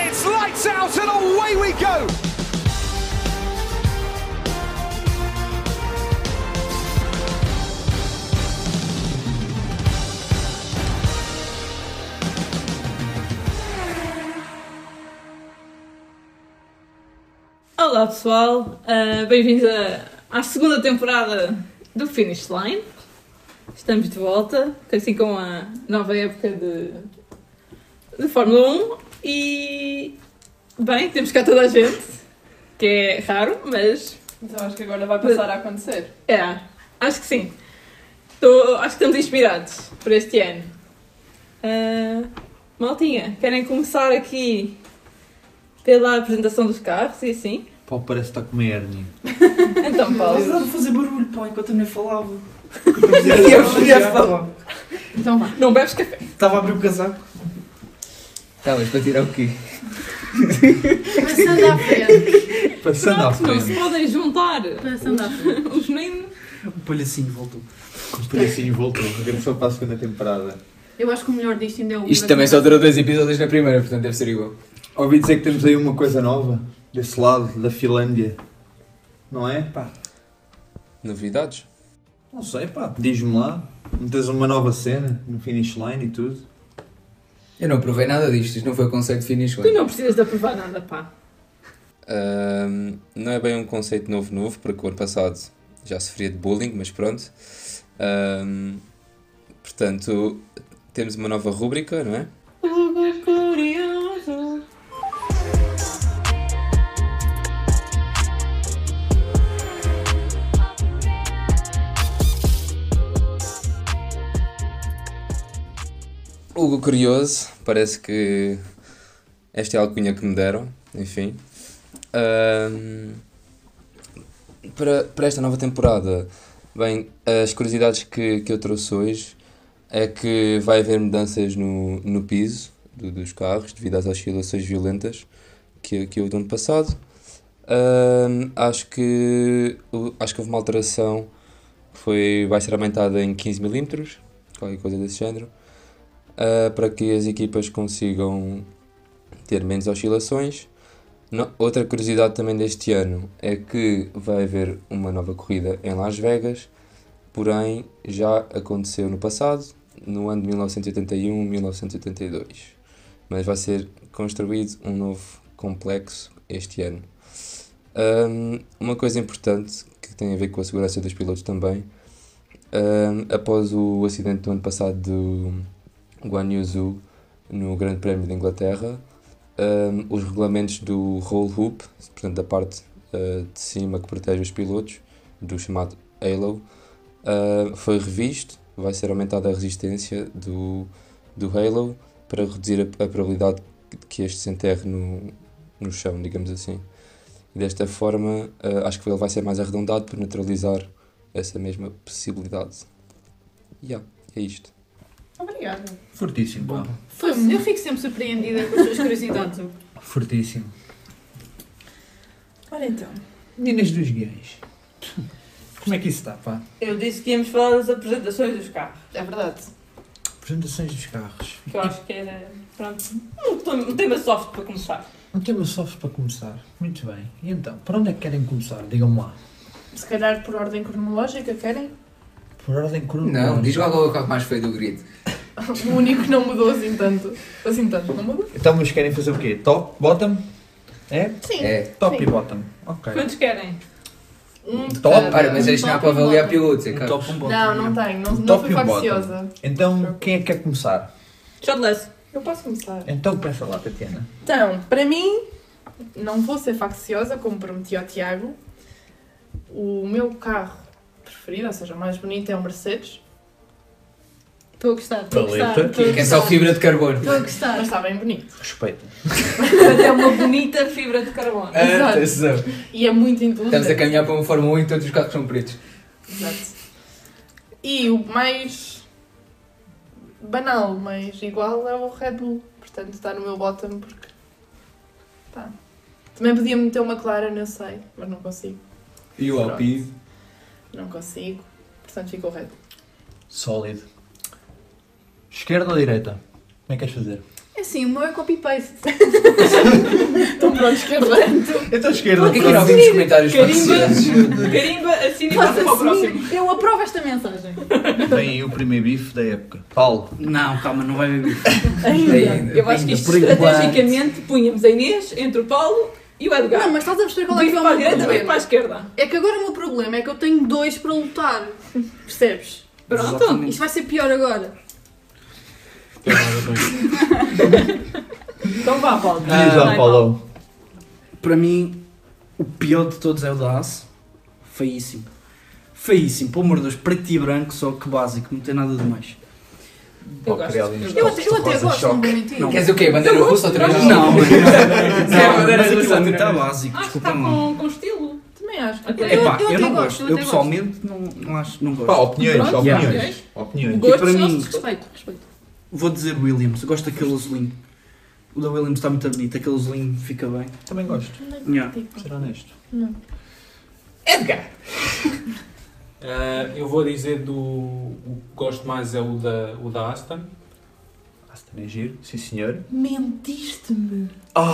us out and away we go! Olá pessoal, Uh, bem-vindos a- à segunda temporada do Finish Line. Estamos de volta, assim com a nova época de, de Fórmula 1 e bem, temos cá toda a gente, que é raro, mas Então acho que agora vai passar a acontecer. é, acho que sim. Tô- acho que estamos inspirados por este ano. Uh, maltinha, querem começar aqui pela apresentação dos carros e assim? Pau parece que está com uma hérnia. Então, Paulo. Precisava de fazer barulho, pá, enquanto eu nem falava. Então vá. Não bebes café. Estava a abrir o casaco. Tá, mas para tirar o quê? Passando à frente. Passando à Pronto, não frente. se podem juntar. Passando à frente. Os meninos. O palhacinho voltou. O palhacinho voltou, regressou para a segunda temporada. Eu acho que o melhor disto ainda é o. Isto também só durou dois episódios na primeira, portanto deve ser igual. Ouvi dizer que temos aí uma coisa nova, desse lado, da Finlândia. Não é? Pá, Novidades? não sei, pá. Diz-me lá. Não tens uma nova cena no finish line e tudo? Eu não provei nada disto, isto não foi o conceito finisco. Tu não precisas de aprovar nada, pá. Ahm, não é bem um conceito novo novo, porque o ano passado já sofria de bullying, mas pronto. Ahm, portanto, temos uma nova rúbrica, não é? Fogo curioso. Algo curioso, parece que esta é a alcunha que me deram, enfim. Ahm, para, para esta nova temporada, bem, as curiosidades que, que eu trouxe hoje é que vai haver mudanças no, no piso do- dos carros devido às oscilações violentas que, que houve do ano passado. Ahm, acho que o- acho que houve uma alteração que foi, vai ser aumentada em 15 mm, qualquer coisa desse género. Uh, para que as equipas consigam ter menos oscilações. No- outra curiosidade também deste ano é que vai haver uma nova corrida em Las Vegas, porém já aconteceu no passado, no ano de 1981-1982. Mas vai ser construído um novo complexo este ano. Ahm, uma coisa importante que tem a ver com a segurança dos pilotos também. ahm, após o acidente do ano passado do, Guan Yu Zhou no Grande Prémio da Inglaterra. Um, os regulamentos do roll hoop, portanto da parte uh, de cima que protege os pilotos, do chamado halo, uh, foi revisto. Vai ser aumentada a resistência do, do halo para reduzir a, a probabilidade de que este se enterre no, no chão, digamos assim. Desta forma, uh, acho que ele vai ser mais arredondado para neutralizar essa mesma possibilidade. Yeah, é isto. Obrigada. Fortíssimo, pá. Foi eu fico sempre surpreendida com as suas curiosidades. Hugo. Fortíssimo. Olha então. Meninas dos guiões. Como é que isso está, pá? Eu disse que íamos falar das apresentações dos carros. É verdade. Apresentações dos carros. Que eu acho que era. Pronto. Um, tom- um tema soft para começar. Um tema soft para começar. Muito bem. E então, para onde é que querem começar? Digam-me lá. Se calhar por ordem cronológica, querem? Por ordem cronológica. Não, diz lá logo o carro mais feio do grid. O único que não mudou assim tanto. Assim tanto, não mudou? Então, mas querem fazer o quê? Top? Bottom? É? Sim. É. Top Sim. e bottom. Ok. Quantos querem? Um de Top, cada. Para, mas isto não é para avaliar pilotos, é Um Então, carro. top, um bottom. Não, não tá. tenho. Não, Um não top fui e um bottom. facciosa. Então, quem é que quer começar? Shot less. Eu posso começar. Então, começa lá, Tatiana. Então, para mim, não vou ser facciosa, como prometi ao Tiago. O meu carro preferido, ou seja, o mais bonito, é um Mercedes. Estou a gostar. Estou a gostar. Paleta. Estou a Que é só gostar. fibra de carbono. Estou a gostar. Mas está bem bonito. Respeita. Mas é uma bonita fibra de carbono. Exato. Atenção. E é muito Estamos inteligente. a caminhar para uma Fórmula 1 e todos os carros são pretos. Exato. E o mais banal, mas igual, é o Red Bull. Portanto, está no meu bottom porque. Pá. Também podia meter uma McLaren, eu sei, mas não consigo. E o Alpine. Não consigo. Portanto, fica o Red Bull. Sólido. Esquerda ou direita? Como é que queres fazer? É assim, o meu é copy-paste. Estão prontos, esquerda. Então esquerda, Por que não pronto. ouvimos comentários patrocinados? Carimba, carimba, assina e passa para o próximo. assim. Eu aprovo esta mensagem. Tem aí o primeiro bife da época. Paulo. Não, calma, não vai beber. Ainda. Eu acho que isto por enquanto. estrategicamente punhamos a Inês entre o Paulo e o Edgar. Não, mas estás a perceber qual é Bife que é o para a meu direita, bife para a problema? esquerda. É que agora o meu problema é que eu tenho dois para lutar. Percebes? Pronto. Isto vai ser pior agora. Então vá, Paulo. Diz Vai, já, Ah, é Paulo. Para mim, o pior de todos é o da Ace. Feíssimo. Feíssimo, pelo amor de Deus, preto e branco, só que básico, não tem nada de mais. Eu gosto. Eu até, eu até Rosa, gosto, não vou choque. mentir. Não. Queres dizer o quê? Bandeira russa outra vez? Não, mas, Zero bandeira mas aquilo russa é outra muito vez. básico, Acho Ah, que desculpa está lá. com, com estilo. Também acho. Até. tá Eu- Epá, eu eu, até não gosto, gosto, eu eu, até pessoalmente não, não acho, não gosto. Pá, opiniões, Pronto, opiniões. opiniões. Opiniões. E para Gostos mim- não se respeito. respeito. Vou dizer Williams, eu gosto daquele azulinho. O da Williams está muito bonito, aquele azulinho fica bem. Também gosto. Yeah. Vou ser honesto. Ah, eu vou dizer do. O que gosto mais é o da, o da Aston. Aston é giro. Sim, senhor. Mentiste-me. Ah,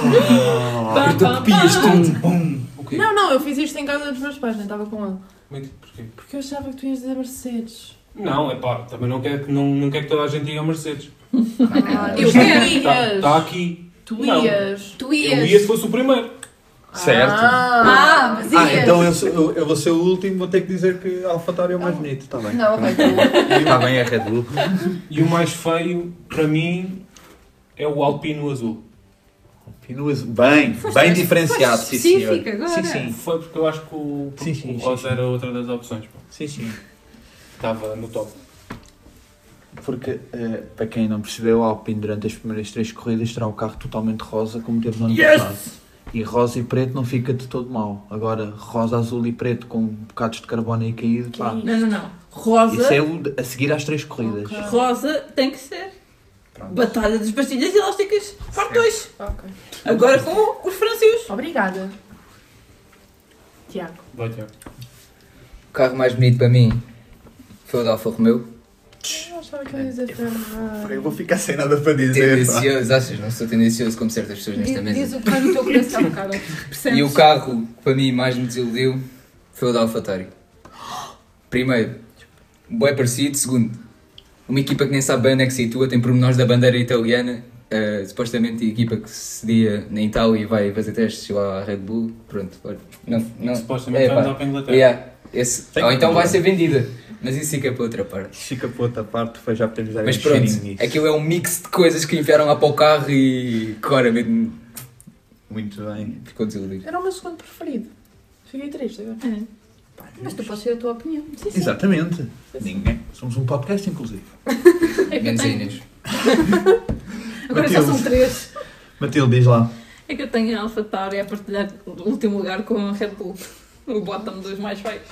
Tá Pá, pá, Pias pá. tão bom! O quê? Não, não, eu fiz isto em casa dos meus pais, nem estava com ele. Mas porquê? Porque eu achava que tu ias dizer Mercedes. Hum. Não, é pá, também não quero, que- não, não quero que toda a gente diga Mercedes. eu Ah, Eu quero. Está ias. tá aqui. Tu Não. ias. Tu Eu ia se ias. fosse o primeiro. Certo. Ah, Ah, mas Ah, ias. então eu, sou- eu, eu vou ser o último, vou ter que dizer que Alphatari é o mais bonito, está bem. Não, ok. Está bem, é Red Bull. E o mais feio, para mim, é o Alpino Azul. Pinuas, bem, bem diferenciado, sim senhor. específico agora. Sim, sim, Foi porque eu acho que o, porque Sim, sim, o sim, Rosa sim. era outra das opções. pá. sim, sim. Estava no top. Porque, eh, para quem não percebeu, a Alpine durante as primeiras três corridas terá o carro totalmente rosa, como teve no ano passado. E rosa e preto não fica de todo mal. Agora, rosa, azul e preto com bocados de carbono aí caído, pá. Não, não, não. Rosa. Isso é o de- a seguir às três corridas. Rosa tem que ser. Batalha das pastilhas elásticas, parte 2. Ok. Agora com os franceses. Obrigada. Tiago. Vai, Tiago. O carro mais bonito para mim foi o da Alfa Romeo. Eu achava que eu ia dizer Ferrari. vou ficar sem nada para Tendencioso, achas? Não sou tendencioso como certas pessoas nesta Diz, diz mesa. o que está é no teu coração, cara. E o Percebes? carro que para mim mais me desiludiu foi o da AlphaTauri. Primeiro, bem parecido. Segundo, uma equipa que nem sabe bem onde é que se situa, tem pormenores da bandeira italiana. eh, supostamente a equipa que se dia na Itália e vai fazer testes lá à Red Bull. Pronto, olha, não, não. Supostamente é, vai pá. mudar para a Inglaterra. Yeah, esse- Tem ou que então mudar. um vai ser vendida. Mas isso fica para outra parte. Fica para outra parte, foi já podemos dar Mas um pronto, cheirinho nisso. aquilo é um mix de coisas que enfiaram lá para o carro e claramente Muito bem. ficou desiludido. Era o meu segundo preferido. Fiquei triste agora. Mas tu podes ter a tua opinião. Sim, sim. Exatamente. Ninguém. Somos um podcast, inclusive. É Menos a Inês. Agora já são três. Matilde, diz lá. É que eu tenho a Alpha Tauri a partilhar o último lugar com a Red Bull. O bottom dos mais feios.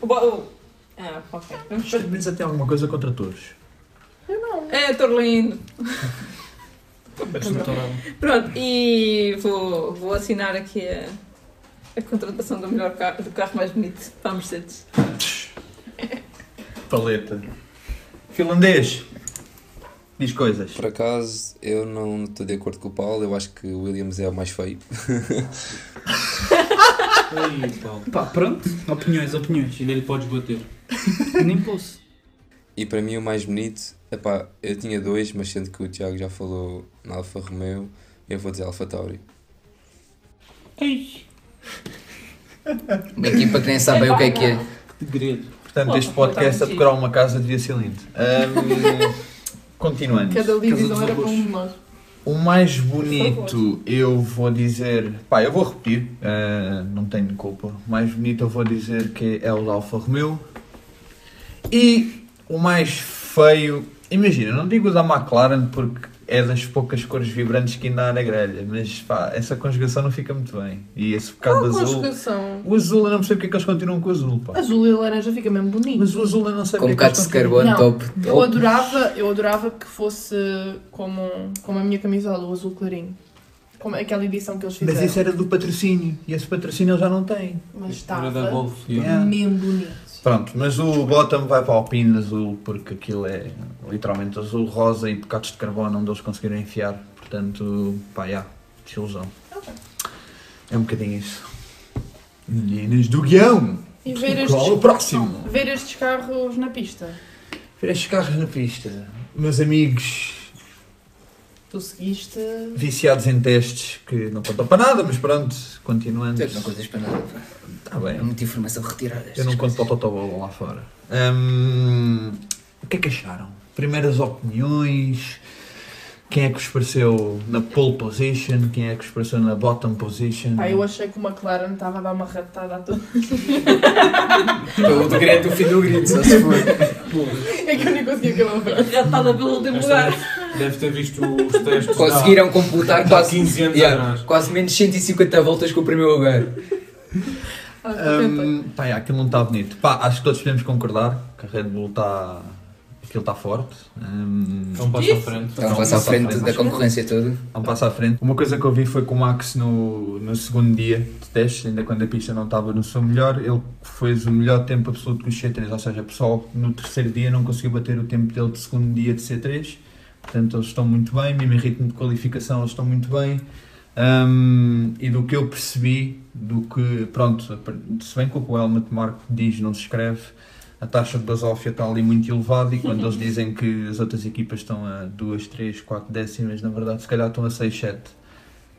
O bo... o- Ah, ok. Vamos Pelo menos até alguma coisa contra todos. para- É, Torlino. Pronto, e vou, vou assinar aqui a, a contratação do melhor carro, do carro mais bonito para a Mercedes. Paleta. Finlandês. Diz coisas. Por acaso, eu não estou de acordo com o Paulo, eu acho que o Williams é o mais feio. Aí, Paulo. Pá, pronto, opiniões, opiniões. Ainda lhe podes bater. Nem posso. E para mim o mais bonito, epá, eu tinha dois, mas sendo que o Tiago já falou na Alfa Romeo, eu vou dizer Alfa Tauri. Uma equipa que nem sabe bem o que é que é. Segredo. Portanto, este podcast a procurar uma casa devia ser lindo. Ahm, continuando. Cada divisão dos era para robôs. um de nós. O mais bonito eu vou dizer. Pá, eu vou repetir, ah, não tenho culpa. O mais bonito eu vou dizer que é o da Alfa Romeo. E o mais feio. Imagina, não digo o da McLaren porque é das poucas cores vibrantes que ainda há na grelha, mas pá, essa conjugação não fica muito bem. E esse bocado Qual a de azul. conjugação? Ah, O azul eu não percebo porque é que eles continuam com o azul, pá. Azul e laranja fica mesmo bonito. Mas o azul eu não sei Com porque é que eles bocados de continuam. carbono Não, top. Eu top. adorava, eu adorava que fosse como, como a minha camisola, o azul clarinho. Como aquela edição que eles Mas fizeram. isso era do patrocínio e esse patrocínio eles já não têm. Mas Era estava da Golf. Yeah. mesmo bonito. Pronto, mas o bottom vai para o Alpine azul porque aquilo é literalmente azul, rosa e bocados de carbono onde eles conseguiram enfiar. Portanto, pá, já, desilusão. É um bocadinho isso. Meninas do guião! E ver Qual estes, o próximo? ver estes carros na pista. Ver estes carros na pista. Meus amigos Tu seguiste. viciados em testes que não contam para nada, mas pronto, continuando. Tu é que não contas para nada. pá. Está É bem. muita informação retirada. Eu não conto para o Totobola lá fora. Hum, o que é que acharam? Primeiras opiniões? Quem é que vos pareceu na pole position? Quem é que vos pareceu na bottom position? Pá, eu achei que o McLaren estava a dar uma ratada a tudo. Pelo decreto É do fim do grito, só se for. É que eu nem consegui acabar a frase. Tratada pelo último lugar. Deve ter visto os testes. Conseguiram computar há quase, 15 anos yeah, atrás. quase menos 150 voltas com o primeiro lugar. Ah, tenta. Hum, pá, yeah, aquilo não está bonito. Pá, acho que todos podemos concordar que a Red Bull está. aquilo está forte. É Hum, um Então passa à frente. Estão a passar à frente da concorrência toda. há um passo à frente. Uma coisa que eu vi foi que o Max no, no segundo dia de testes, ainda quando a pista não estava no seu melhor, ele fez o melhor tempo absoluto com os C3, ou seja, o pessoal no terceiro dia não conseguiu bater o tempo dele de segundo dia de C3, portanto eles estão muito bem, mesmo em ritmo de qualificação eles estão muito bem, Hum, e do que eu percebi, do que, pronto, se bem que o que o Helmut Marko diz não se escreve, a taxa de basófia está ali muito elevada e quando eles dizem que as outras equipas estão a 2, 3, 4 décimas, na verdade se calhar estão a 6, 7.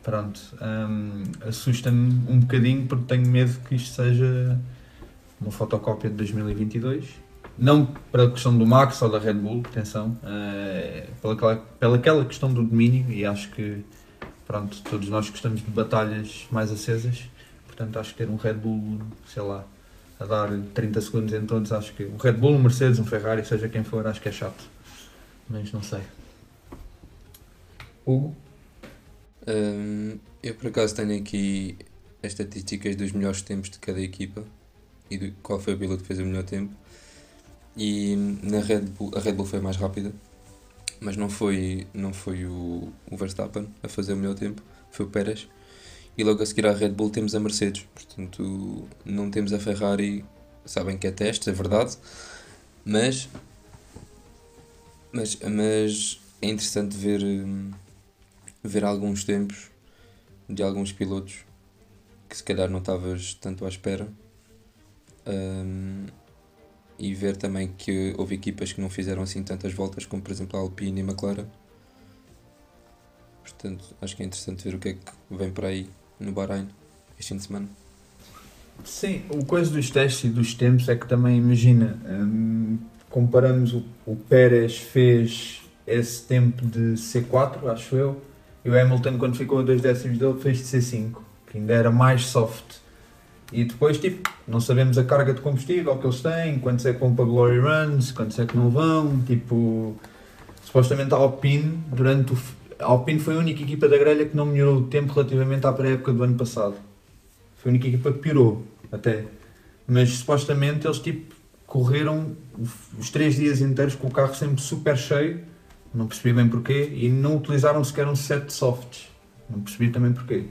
Pronto, hum, assusta-me um bocadinho porque tenho medo que isto seja uma fotocópia de 2022. Não pela questão do Max ou da Red Bull, atenção, eh, pela, aquela- pela aquela questão do domínio e acho que pronto, todos nós gostamos de batalhas mais acesas, portanto acho que ter um Red Bull, sei lá, a dar 30 segundos em todos, acho que um Red Bull, um Mercedes, um Ferrari, seja quem for, acho que é chato. Mas não sei. Hugo? Hum, eu por acaso tenho aqui as estatísticas dos melhores tempos de cada equipa e do qual foi o piloto que fez o melhor tempo. E hum, na Red Bull, a Red Bull foi a mais rápida, mas não foi, não foi o, o Verstappen a fazer o melhor tempo, foi o Pérez. E logo a seguir à Red Bull temos a Mercedes, portanto não temos a Ferrari, sabem que é teste, é verdade, mas, mas, mas é interessante ver. hum, ver alguns tempos de alguns pilotos que se calhar não estavas tanto à espera Ahm, e ver também que houve equipas que não fizeram assim tantas voltas como por exemplo a Alpine e a McLaren portanto acho que é interessante ver o que é que vem para aí no Bahrein este fim de semana Sim, o coisa dos testes e dos tempos é que também, imagina, hum, comparamos o, o Pérez fez esse tempo de C4, acho eu, e o Hamilton, quando ficou a dois décimos dele, fez de C5, que ainda era mais soft. E depois, tipo, não sabemos a carga de combustível que eles têm, quantos é que vão para Glory Runs, quantos é que não vão, tipo... Supostamente a Alpine, durante o... f- A Alpine foi a única equipa da grelha que não melhorou o tempo relativamente à pré-época do ano passado. Foi a única equipa que piorou, até. Mas supostamente eles tipo correram o- os três dias inteiros com o carro sempre super cheio, não percebi bem porquê, e não utilizaram sequer um set de softs. Não percebi também porquê.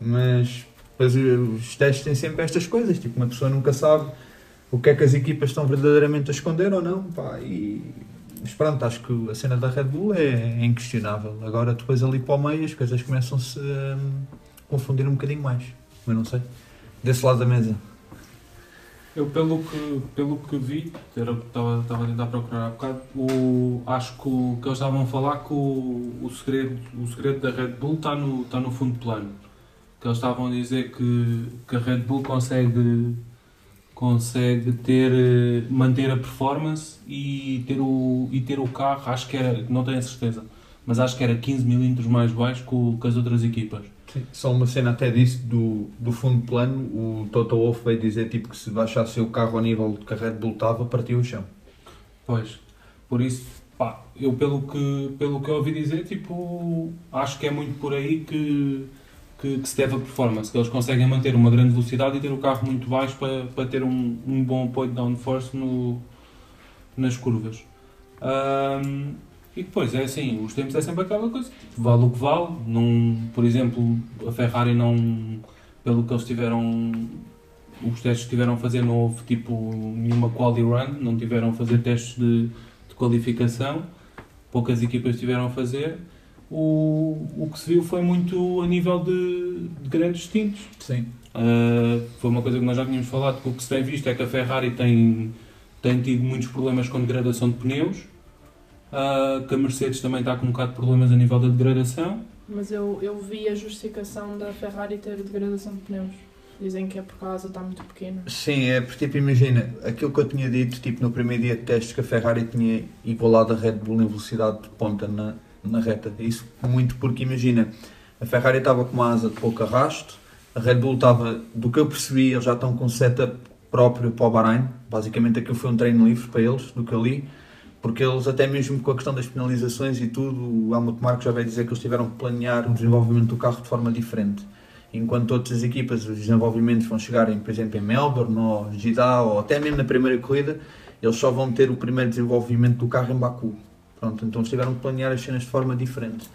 Mas pois, os testes têm sempre estas coisas, tipo, uma pessoa nunca sabe o que é que as equipas estão verdadeiramente a esconder ou não, pá, e... Mas pronto, acho que a cena da Red Bull é, é inquestionável. Agora, depois ali para o meio, as coisas começam-se a hum, confundir um bocadinho mais. Mas não sei. Desse lado da mesa. Eu, pelo que, pelo que vi, estava a tentar procurar há bocado, o, acho que, o, que eles estavam a falar que o, o, segredo, o segredo da Red Bull está no, está no fundo plano. Que eles estavam a dizer que, que a Red Bull consegue, consegue ter, eh, manter a performance e ter, o, e ter o carro, acho que era, não tenho a certeza, mas acho que era 15 milímetros mais baixo que, o- que as outras equipas. Só uma cena até disso, do, do fundo plano, o Toto Wolff veio dizer tipo, que se baixasse o carro ao nível que a Red Bull estava, partiu o chão. Pois, por isso, pá, eu pelo que, pelo que eu ouvi dizer, tipo, acho que é muito por aí que, que, que se deve a performance, que eles conseguem manter uma grande velocidade e ter o carro muito baixo para, para ter um, um bom apoio de downforce no, nas curvas. Ahm, e depois, é assim, os tempos é sempre aquela coisa, tipo, vale o que vale, não, por exemplo, a Ferrari não, pelo que eles tiveram os testes que tiveram a fazer não houve tipo nenhuma quali run, não tiveram a fazer testes de, de qualificação, poucas equipas tiveram a fazer o, o que se viu foi muito a nível de, de grandes tintos. Sim. Uh, foi uma coisa que nós já tínhamos falado, que o que se tem visto é que a Ferrari tem, tem tido muitos problemas com degradação de pneus, uh, que a Mercedes também está com um bocado de problemas a nível da degradação. Mas eu, eu vi a justificação da Ferrari ter degradação de pneus. Dizem que é por causa, está muito pequena. Sim, é porque tipo, imagina, aquilo que eu tinha dito tipo, no primeiro dia de testes que a Ferrari tinha igualado a Red Bull em velocidade de ponta na, na reta. Isso muito porque imagina, a Ferrari estava com uma asa de pouco arrasto, a Red Bull estava, do que eu percebi, eles já estão com um setup próprio para o Bahrein. Basicamente aquilo foi um treino livre para eles, do que eu li, porque eles até mesmo com a questão das penalizações e tudo, o Helmut Marko já veio dizer que eles tiveram que planear o desenvolvimento do carro de forma diferente enquanto outras equipas os desenvolvimentos vão chegar, em, por exemplo, em Melbourne ou Jeddah ou até mesmo na primeira corrida, eles só vão ter o primeiro desenvolvimento do carro em Baku. Pronto, então eles tiveram que planear as cenas de forma diferente.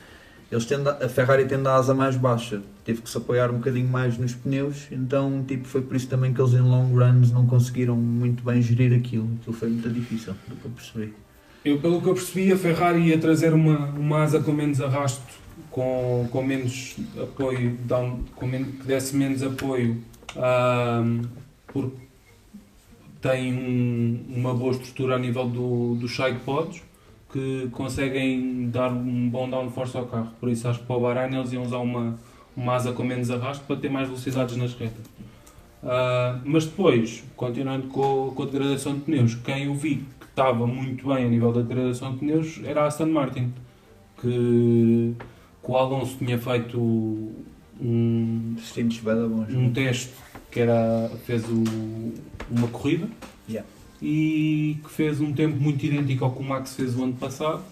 Eles tendo, a Ferrari tendo a asa mais baixa, teve que se apoiar um bocadinho mais nos pneus, então tipo, foi por isso também que eles em long runs não conseguiram muito bem gerir aquilo. Aquilo foi muito difícil, do que eu percebi. Eu, pelo que eu percebi, a Ferrari ia trazer uma, uma asa com menos arrasto com, com menos apoio, down, com men que desse menos apoio, ahm, porque tem um- uma boa estrutura a nível do, dos sidepods, que conseguem dar um bom downforce ao carro. Por isso acho que para o Bahrein eles iam usar uma, uma asa com menos arrasto para ter mais velocidades nas retas. Ah, mas depois, continuando com, com a degradação de pneus, quem eu vi que estava muito bem a nível da degradação de pneus era a Aston Martin, que, que o Alonso tinha feito um, Os tintos bué da bons. é? um teste que era, fez o- uma corrida Yeah. e que fez um tempo muito idêntico ao que o Max fez o ano passado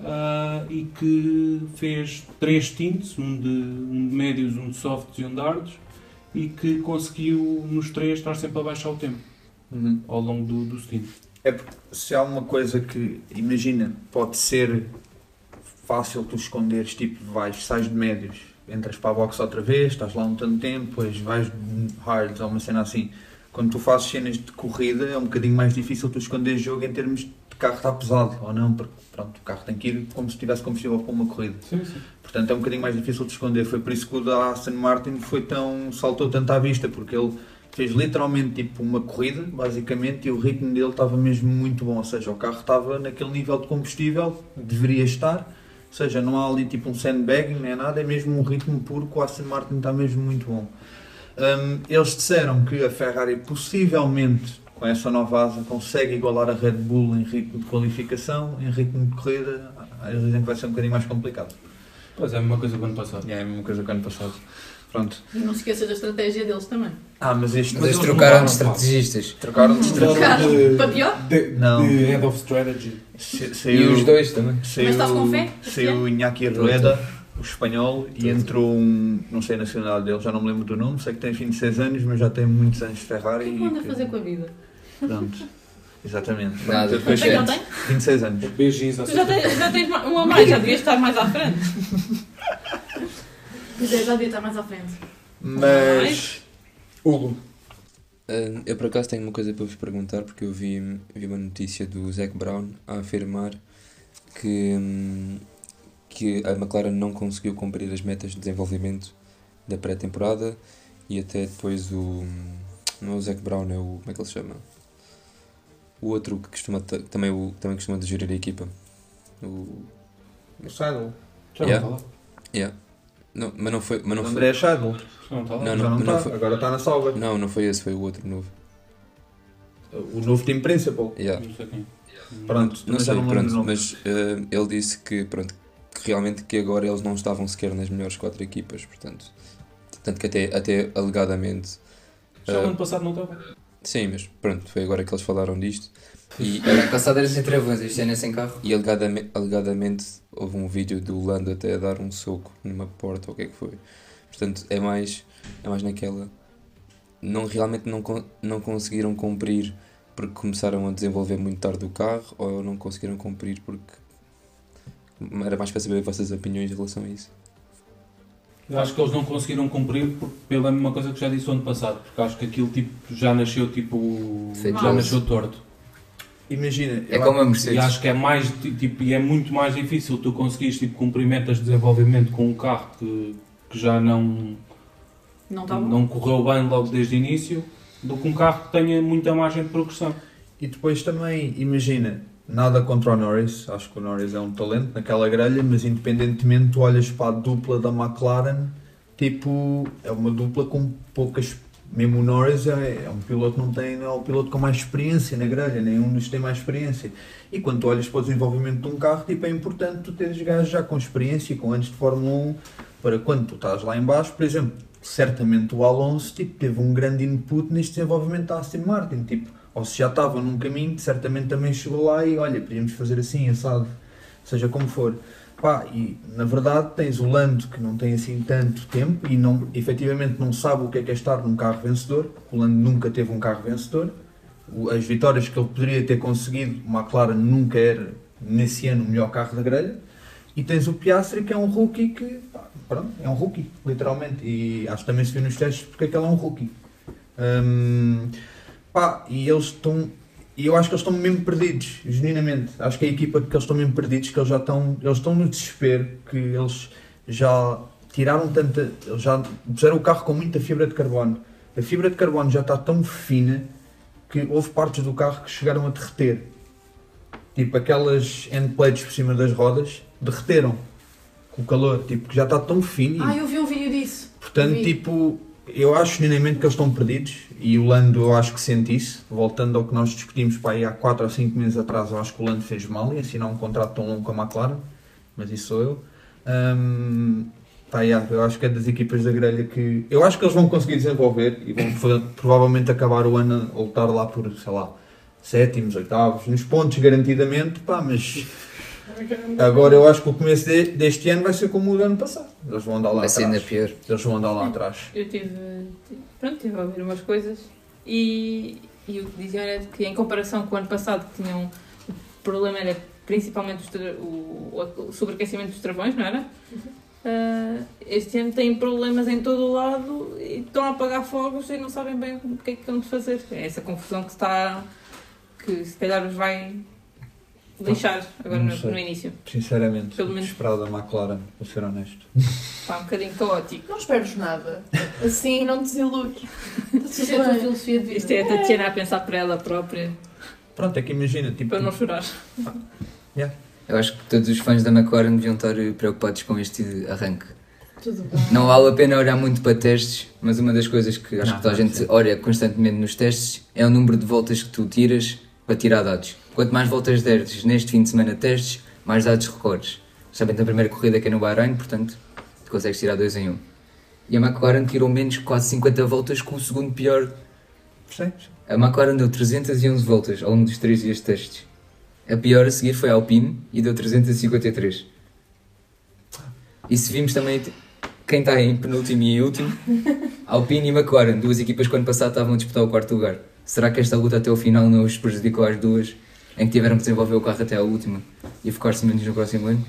ah, e que fez três tintes, um de, um de médios, um de softs e um de hards e que conseguiu nos três estar sempre a baixar o tempo Uhum. ao longo do, do stint. se há uma coisa que, imagina, pode ser fácil tu esconderes, tipo, vais, sais de médios, entras para a box outra vez, estás lá um tanto tempo, depois vais de hards ou uma cena assim. Quando tu fazes cenas de corrida, é um bocadinho mais difícil tu esconder jogo em termos de carro está pesado ou não, porque pronto, o carro tem que ir como se tivesse combustível para uma corrida. Sim, sim. Portanto, é um bocadinho mais difícil de esconder. Foi por isso que o da Aston Martin foi tão, saltou tanto à vista, porque ele fez literalmente tipo uma corrida, basicamente, e o ritmo dele estava mesmo muito bom. Ou seja, o carro estava naquele nível de combustível que deveria estar. Ou seja, não há ali tipo um sandbagging nem nada, é mesmo um ritmo puro que o Aston Martin está mesmo muito bom. Hum, eles disseram que a Ferrari possivelmente com essa nova asa consegue igualar a Red Bull em ritmo de qualificação, em ritmo de corrida, eles dizem que vai ser um bocadinho mais complicado. Pois é, a mesma coisa que o ano passado. É a mesma coisa que o ano passado. Pronto. E não se esqueças da estratégia deles também. Hum. Ah, mas este. Mas eles eles trocaram de mudaram, pá. estrategistas. Trocaram de estratégia. Trocaram de- para pior? De, Não. de Head of Strategy. Se- E Saiu, os dois também. saiu, Mas estás com fé? Saiu Iñaki Rueda, o espanhol, e entrou um. Não sei a nacionalidade dele, já não me lembro do nome. Sei que tem 26 anos, mas já tem muitos anos de O que Ferrari. é que e anda a que- fazer com a vida? Pronto. Exatamente. Nada, Pronto, Pois depois Tem, é. não tem? 26 anos. Beijinhos à é. Tu já tens, já tens uma a mais, já devias estar mais à frente. Pois é, já devia estar mais à frente. Mas. Hugo. Ah, eu por acaso tenho uma coisa para vos perguntar, porque eu vi, vi uma notícia do Zac Brown a afirmar que, hum, que a McLaren não conseguiu cumprir as metas de desenvolvimento da pré-temporada e até depois o. Não é o Zac Brown, é o. Como é que ele se chama? O outro que costuma ta- também, o, também costuma de gerir a equipa. O. O Seidel. Já não Yeah. está lá. Yeah. Não, mas não foi. Mas não, foi André Seidel. Já não está lá. Já Não, não não está. foi- Agora está na salva. não, não foi esse, foi o outro novo. O novo time principal. Yeah. Não sei quem. Pronto, Não também sei, já me lembro do pronto, nome. mas eh, ele disse que, pronto, que realmente que agora eles não estavam sequer nas melhores quatro equipas, portanto. Tanto que até, até alegadamente. Já o eh, ano passado não estava. sim, mas pronto, foi agora que eles falaram disto. E, Ano passado eras em travões, este ano é sem carro. e alegadamente, alegadamente houve um vídeo do Lando até a dar um soco numa porta, ou o que é que foi. Portanto, é mais, é mais naquela. Não, realmente não, con- não conseguiram cumprir porque começaram a desenvolver muito tarde o carro, ou não conseguiram cumprir porque. Era mais para saber vossas opiniões em relação a isso. Eu acho que eles não conseguiram cumprir por- pela mesma coisa que já disse o ano passado, porque acho que aquilo tipo, já nasceu tipo. Feito. já nasceu torto. Imagina, É eu como a E Mercedes. acho que é mais ti- tipo, e é muito mais difícil tu conseguires tipo, cumprir metas de desenvolvimento com um carro que, que já não, Não está bom. não correu bem logo desde o início do que um carro que tenha muita margem de progressão. E depois também, imagina, nada contra o Norris, acho que o Norris é um talento naquela grelha, mas independentemente tu olhas para a dupla da McLaren, tipo, é uma dupla com poucas. Mesmo o Norris é, é um piloto que não tem, não é o piloto com mais experiência na grelha, nenhum dos tem mais experiência. E quando tu olhas para o desenvolvimento de um carro, tipo, é importante tu teres gajos já com experiência e com anos de Fórmula 1 para quando tu estás lá em baixo, por exemplo, certamente o Alonso tipo, teve um grande input neste desenvolvimento da Aston Martin, tipo, ou se já estava num caminho, certamente também chegou lá e olha, podíamos fazer assim, assado, seja como for. Pá, e na verdade tens o Lando que não tem assim tanto tempo e não, efetivamente não sabe o que é que é estar num carro vencedor, o Lando nunca teve um carro vencedor, O- as vitórias que ele poderia ter conseguido, o McLaren nunca era nesse ano o melhor carro da grelha, e tens o Piastri que é um rookie que, pá, pronto, é um rookie, literalmente. E acho que também se viu nos testes porque aquele é um rookie. Hum, pá, e eles estão, e eu acho que eles estão mesmo perdidos, genuinamente. Acho que é a equipa que eles estão mesmo perdidos, que eles já estão, eles estão no desespero, que eles já tiraram tanta, eles já puseram o carro com muita fibra de carbono. A fibra de carbono já está tão fina que houve partes do carro que chegaram a derreter. Tipo, aquelas end plates por cima das rodas derreteram com o calor, tipo, que já está tão fino. e- Ah, eu vi um vídeo disso. Portanto, vi. tipo, eu acho genuinamente que eles estão perdidos e o Lando eu acho que sente isso. Voltando ao que nós discutimos para aí há 4 ou 5 meses atrás, eu acho que o Lando fez mal em assinar um contrato tão longo com a McLaren, mas isso sou eu. Hum, pá, yeah, eu acho que é das equipas da grelha que. Eu acho que eles vão conseguir desenvolver e vão fa- provavelmente acabar o ano a lutar lá por, sei lá, sétimos, oitavos, nos pontos garantidamente, pá, mas. Agora eu acho que o começo de- deste ano vai ser como o do ano passado. Eles vão andar lá Vai ser atrás. ainda pior. Eles vão andar lá atrás. Eu tive, ti- pronto, tive a ouvir umas coisas e, e o que diziam era que em comparação com o ano passado que tinham o problema era principalmente os tra- o, o sobreaquecimento dos travões, não era? Uhum. Ah, este ano têm problemas em todo o lado e estão a apagar fogos e não sabem bem o que é que vão fazer. É essa confusão que está que se calhar os vai lixar agora Não no- sei. no início. Sinceramente, Pelo o que menos- esperava da McLaren, para ser honesto. Está um bocadinho caótico. Não esperes nada. Assim não te desiludes. Isso é a tua Está tudo bem. filosofia de Isto vida. é a Tatiana a pensar para ela própria, Pronto, é que imagina, tipo, para não chorar. Eu acho que todos os fãs da McLaren deviam estar eh, preocupados com este arranque. é Tudo bem. Não vale a pena olhar muito para testes, mas uma das coisas que acho Não, que toda a não, gente sim. olha constantemente nos testes é o número de voltas que tu tiras para tirar dados. Quanto mais voltas deres neste fim de semana de testes, mais dados recordes. Sabem que a primeira corrida que é no Bahrein, portanto, tu consegues tirar dois em Um. E a McLaren tirou menos quase 50 voltas com o segundo pior. percebes? A McLaren deu 311 voltas ao longo dos três dias de testes. A pior a seguir foi a Alpine e deu 353. E se vimos também t- quem está em penúltimo e último, Alpine e McLaren, duas equipas que ano passado estavam a disputar o quarto lugar. Será que esta luta até o final não os prejudicou às duas, em que tiveram que desenvolver o carro até a última e focar-se menos no próximo ano?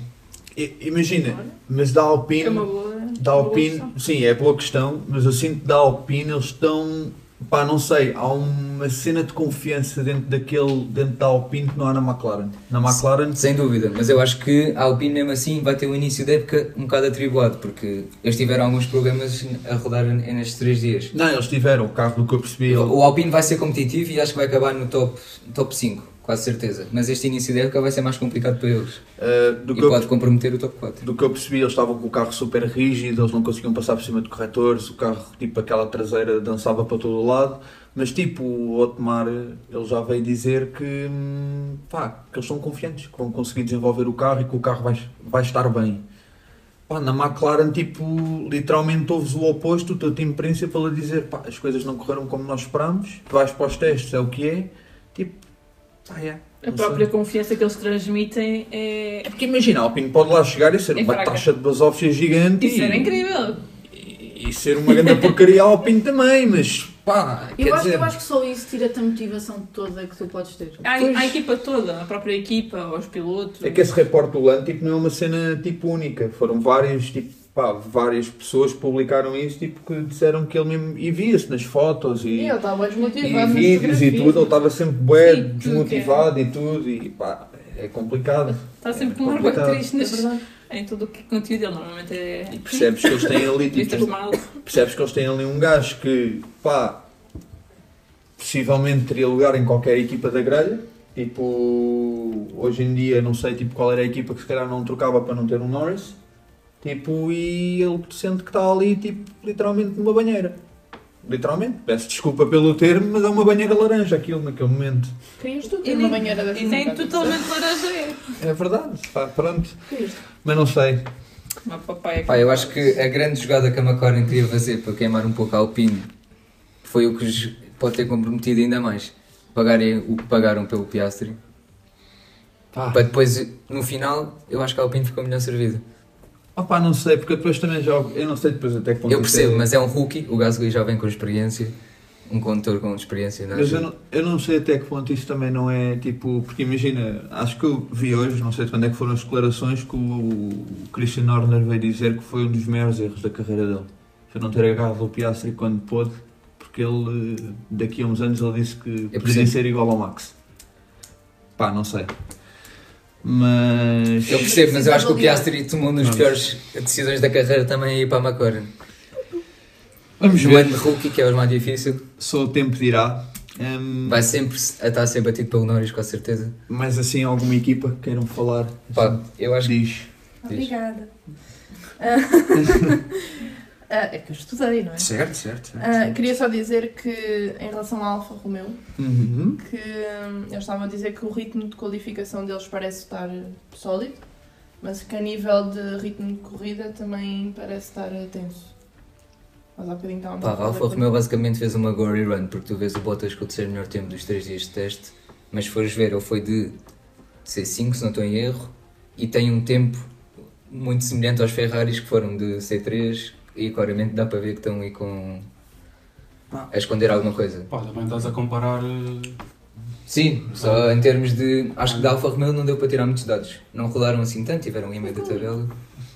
I- imagina, mas da Alpine, É uma boa. da Alpine, sim, é boa questão, mas eu sinto que da Alpine eles estão, pá, não sei, há uma cena de confiança dentro daquele, dentro da Alpine que não há na McLaren. Na McLaren, Sem dúvida, mas eu acho que a Alpine mesmo assim vai ter um início de época um bocado atribuado, porque eles tiveram alguns problemas a rodar n- nestes três dias. não, eles tiveram o carro do que eu percebi, ele- O Alpine vai ser competitivo e acho que vai acabar no top, top 5, quase certeza. Mas este início de época vai ser mais complicado para eles eh, do e que eu pode comprometer o top 4. Do que eu percebi, eles estavam com o carro super rígido, eles não conseguiam passar por cima de corretores, o carro, tipo, aquela traseira dançava para todo o lado. Mas, tipo, o Otmar, ele já veio dizer que, hum, pá, que eles são confiantes, que vão conseguir desenvolver o carro e que o carro vai, vai estar bem. Pá, na McLaren, tipo, literalmente ouves o oposto, o teu time principal a dizer, pá, as coisas não correram como nós esperámos, tu vais para os testes, é o que é, tipo, pá, é. A própria confiança que eles transmitem é. É porque imagina, a Alpine pode lá chegar e ser É uma fraca. taxa de basófia gigante Isso e, assim, era incrível! e- e ser uma grande porcaria ao Alpine também, mas pá, quer Eu acho, dizer, eu acho que só isso tira-te a motivação toda que tu podes ter. A, a equipa toda, a própria equipa, os pilotos. é que esse reporte do LAN tipo, não é uma cena tipo única, foram vários tipo, pá, pá, várias pessoas publicaram isso, tipo, que disseram que ele mesmo, e via-se nas fotos e, E ele estava bem e desmotivado. nas vídeos e tudo, ele fotografias. estava sempre bué, Sim, tudo, desmotivado e tudo, e pá, é complicado. Está sempre com uma complicado. boa triste É verdade. em tudo o que conteúdo ele normalmente é. E percebes que eles têm ali, Vistas tipo, É mal. percebes que eles têm ali um gajo que, pá, possivelmente teria lugar em qualquer equipa da grelha. Tipo, hoje em dia não sei tipo, qual era a equipa que se calhar não trocava para não ter um Norris. Tipo, e ele sente que está ali, tipo, literalmente numa banheira. Literalmente, peço desculpa pelo termo, mas é uma banheira laranja aquilo naquele momento. Querias tu E ter nem- uma banheira dessa E nem nunca totalmente laranja é. É verdade, pá, pronto. Querias. Mas não sei. Uma é papaya. Pá, eu acho que a grande jogada que a McLaren queria fazer para queimar um pouco a Alpine foi o que os pode ter comprometido ainda mais. Pagarem o que pagaram pelo Piastri. Pá. Para depois, no final, eu acho que a Alpine ficou melhor servida. Opá, não sei, porque depois também já. Eu não sei depois até que ponto. Eu percebo, é- mas é um rookie, o Gasly já vem com experiência, um condutor com experiência. Não é? Mas eu não, eu não sei até que ponto isso também não é tipo. Porque imagina, acho que eu vi hoje, não sei de quando é que foram as declarações, que o Christian Horner veio dizer que foi um dos maiores erros da carreira dele. Foi não ter agarrado o Piastri quando pôde, porque ele, eh, daqui a uns anos, ele disse É que poderia percebo. ser igual ao Max. Pá, não sei. Mas. Eu percebo, mas eu acho que o Avaliar. Piastri tomou uma das Vamos. piores decisões da carreira também a ir para a McLaren. Vamos No ano de ver, rookie, que é o mais difícil, só o tempo dirá. Hum, Ahm, vai sempre a estar sempre batido pelo Norris, com certeza. mais assim, alguma equipa que queiram falar? assim, Pá, eu acho que Diz. Obrigada. Ah, é que eu estudei, não é? Certo, certo. Ah, queria só dizer que, em relação à Alfa Romeo, Uhum. que hum, eles estavam a dizer que o ritmo de qualificação deles parece estar sólido, mas que a nível de ritmo de corrida também parece estar tenso. Mas há bocadinho estávamos Pá, a a falar Alfa quando- Romeo basicamente fez uma glory run, porque tu vês o Bottas com o terceiro melhor tempo dos três dias de teste, mas se fores ver, ele foi de C5, se não estou em erro, e tem um tempo muito semelhante aos Ferraris que foram de C3, e claramente dá para ver que estão aí com. Ah. a esconder alguma coisa. Pá, também estás a comparar. eh, Sim, só em termos de. Acho que da Alfa Romeo não deu para tirar muitos dados. Não rolaram assim tanto, tiveram em meio da tabela.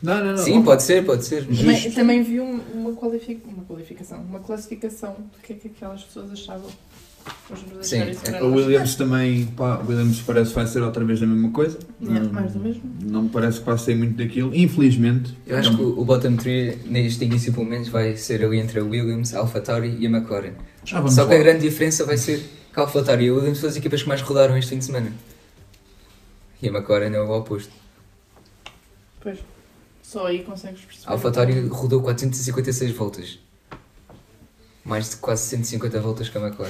Não, não, não. Sim, pode ser, pode ser. mas- Também, também vi um- uma, qualific... uma qualificação, uma classificação do que é que aquelas pessoas achavam. Vamos Sim, deixar isso é- para O nós. Williams também, pá, o Williams parece que vai ser outra vez a mesma coisa. Hum, É, Hum. mais do mesmo. Não me parece que vai ser muito daquilo, infelizmente. Eu acho Não. que o o bottom three, neste início pelo menos, vai ser ali entre a Williams, a AlphaTauri e a McLaren. Já Ah, vamos Só que a lá. grande diferença vai ser que a AlphaTauri e a Williams são as equipas que mais rodaram este fim de semana. E a McLaren é o oposto. Pois. Só aí consegues perceber. A AlphaTauri rodou 456 voltas. Mais de quase 150 voltas que a McLaren.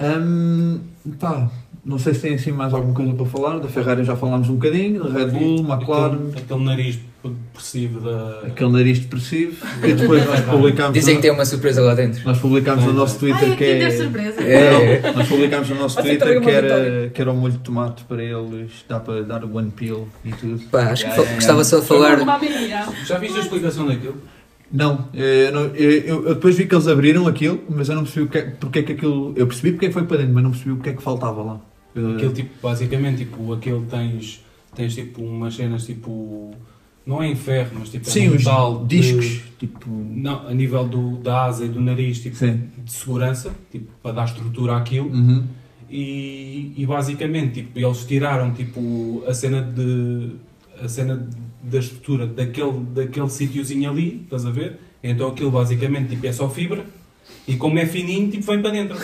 Hum, pá, não sei se tem assim mais alguma coisa para falar. Da Ferrari já falámos um bocadinho, da Red Bull, McLaren, Aquele, aquele nariz depressivo da. aquele nariz depressivo. E depois nós publicámos, Dizem que no, tem uma surpresa lá dentro. nós publicámos no nosso Ai, Twitter que aqui der é. surpresa. É. Não, nós publicámos no nosso Você Twitter entrega que uma era, vitória. que era o molho de tomate para eles, dá para dar o one peel e tudo. Pá, acho que Ya, fa- ya, ya. gostava só de Uma falar. babilha. Já viste a explicação daquilo? Não, eh, eu, não- eu- eu- eu depois vi que eles abriram aquilo, mas eu não percebi o que, é- porque é que aquilo. Eu percebi porque é que foi para dentro, mas não percebi o que é que faltava lá. Eh, Aquele tipo, basicamente, tipo, aquele tens, tens tipo umas cenas tipo. Não é em ferro, mas tipo. é sim, num os tal de- discos, tipo. Não, a nível do, da asa e do nariz, tipo, Sim. de segurança, tipo, para dar estrutura àquilo. Uhum. E, e basicamente, tipo, eles tiraram, tipo, a cena de... a cena de- da estrutura daquele, daquele sítiozinho ali, estás a ver? Então aquilo basicamente, tipo, é só fibra. E como é fininho, tipo, vem para dentro.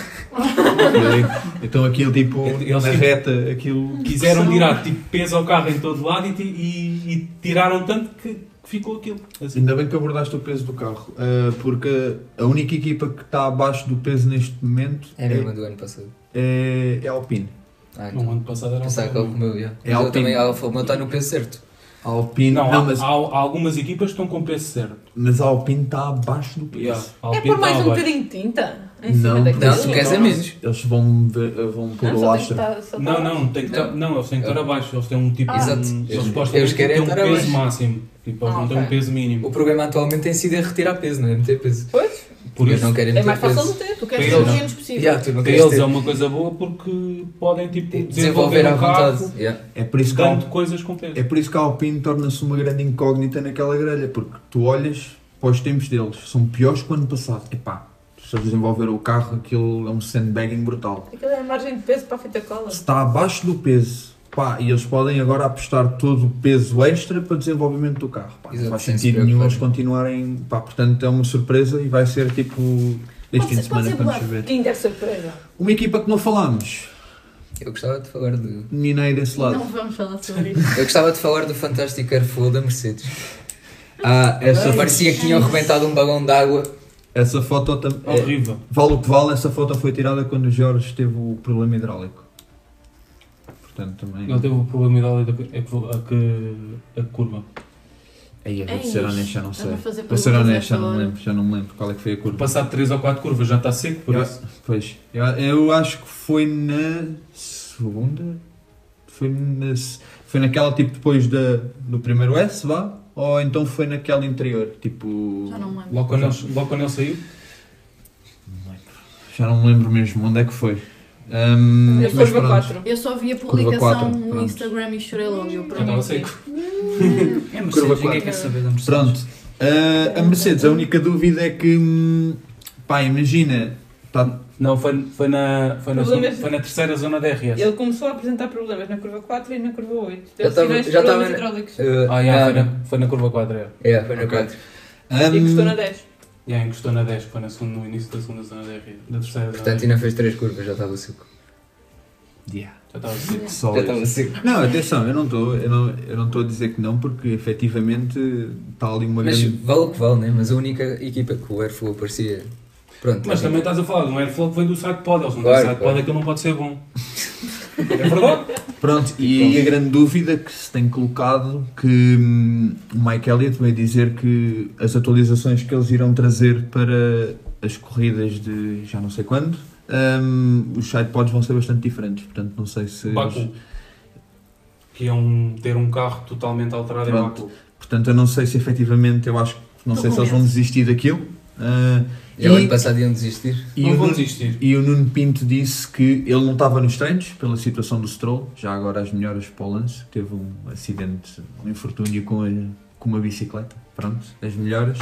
então aquilo tipo, Eles- na sim. reta, aquilo. Quiseram tirar, tipo, peso ao carro em todo lado e, ti- e- e tiraram tanto que, que ficou aquilo. Assim. Ainda bem que abordaste o peso do carro, eh, porque a única equipa que está abaixo do peso neste momento Era uma do ano passado. é, é, é a Alpine. Ah, No ano passado era um Pensava que era o problema. meu, já. É Mas eu Alpine. também, a Alfa Romeo está no peso certo. A Alpine, Não, não, há, mas, há- há algumas equipas que estão com peso certo. mas a Alpine está abaixo do peso. Yeah, É Alpine por mais está um abaixo. bocadinho de tinta? Em cima Não, Não, daquilo? se queres é menos. Eles vão, ver- eh, vão pôr Não, só tem o que lastro. estar- só Não, estar- não, tem que estar, não, eles têm que estar abaixo, eles têm um tipo Ah. Exato. um, Eles- eles supostamente eles querem têm um estar peso abaixo. máximo, tipo, eles Ah, não têm um ok. peso mínimo. O problema atualmente tem sido é retirar peso, não é meter peso. Pois? Por Eles isso, não querem É meter mais fácil peso. de ter. Tu queres Para ser o eles- menos possível. Yeah, tu não para queres eles ter- é uma coisa boa porque podem tipo, desenvolver um à carro, vontade. Yeah. É por isso que há um- dando coisas com peso. É por isso que a Alpine torna-se uma grande incógnita naquela grelha, porque tu olhas para os tempos deles, são piores que o ano passado. Epá, se eles desenvolveram o carro, aquilo é um sandbagging brutal. Aquilo é a margem de peso para a fita cola. Se está abaixo do peso, pá, e eles podem agora apostar todo o peso extra para o desenvolvimento do carro. Pá, não Exato, faz sem se sentido nenhum preocupar. eles continuarem, pá, portanto é uma surpresa e vai ser tipo este Pode fim ser- de semana pode ser quando bluff. chover. Kinder surpresa. Uma equipa que não falámos, Eu gostava de falar do. Ninei desse lado. Não vamos falar sobre isso. Eu gostava de falar do fantástico airflow da Mercedes. Ah, Essa- parecia que tinham arrebentado um balão de água. Essa foto tam- é- Horrível. Vale o que vale, essa foto foi tirada quando o Jorge teve o problema hidráulico. Portanto, também. Ele teve o problema da é que- a, que- a curva. Aí, eu vou É ser isso. honesto, já não sei. Vamos fazer Vou ser perguntas honesto, já não agora. me lembro, já não me lembro qual é que foi a curva. Passado 3 ou 4 curvas já está seco, por Eu- isso. Pois, eu, eu acho que foi na segunda. Foi, na, se- foi naquela tipo depois da, do primeiro S, vá? Ou então foi naquela interior? Tipo. Já não me lembro. Logo quando, ele, logo quando ele saiu, Já não me lembro mesmo onde é que foi. Ahm, A mas curva pronto. 4. Eu só vi a Curva publicação quatro, no pronto. Instagram e chorei logo. Eu já estava pronto. seco. É Mercedes, Curva ninguém quatro. quer saber da Mercedes. Pronto, Ah, a Mercedes, a única dúvida é que, hum, pá, imagina, tá, Não, foi, foi, na, foi, na, Problemas- é zona- foi na terceira zona da RS. Ele começou a apresentar problemas na curva 4 e na curva 8. Eu tava- tiveste já problemas tava- hidráulicos. Ah, Ah, yeah, ah, foi, na, foi na curva 4, é. É, foi na Ok. 4. E custou na hum, 10. Yeah, encostou na 10, foi na segunda, no início da segunda zona da RS. Da terceira Portanto, zona. ainda fez 3 curvas, já estava seco. yeah, Já estava seco. Já sólido. estava seco. Não, atenção, eu não estou eu não, eu não tô a dizer que não, porque efetivamente está ali uma Mas grande... vale o que vale, né? Mas a única equipa que o airflow aparecia. Pronto. Mas tá também estás a falar de um airflow que veio do site pod, eles não Claro, têm site claro. pod, aquilo não pode ser bom. É verdade? Pronto, e aí a grande dúvida que se tem colocado, que hum, o Mike Elliott veio dizer que as atualizações que eles irão trazer para as corridas de já não sei quando, hum, os sidepods vão ser bastante diferentes, portanto não sei se... Baku. Que é um, ter um carro totalmente alterado Pronto. em Baku. Portanto, eu não sei se efetivamente, eu acho que não Tô sei com se eles vão medo. desistir daquilo. Ah, Já o e, ano passado iam desistir. e não o vão Nuno, desistir. e o Nuno Pinto disse que ele não estava nos treinos pela situação do Stroll, já agora as melhoras para o Lance, que teve um acidente, um infortúnio com, a- com uma bicicleta. Pronto, as melhoras.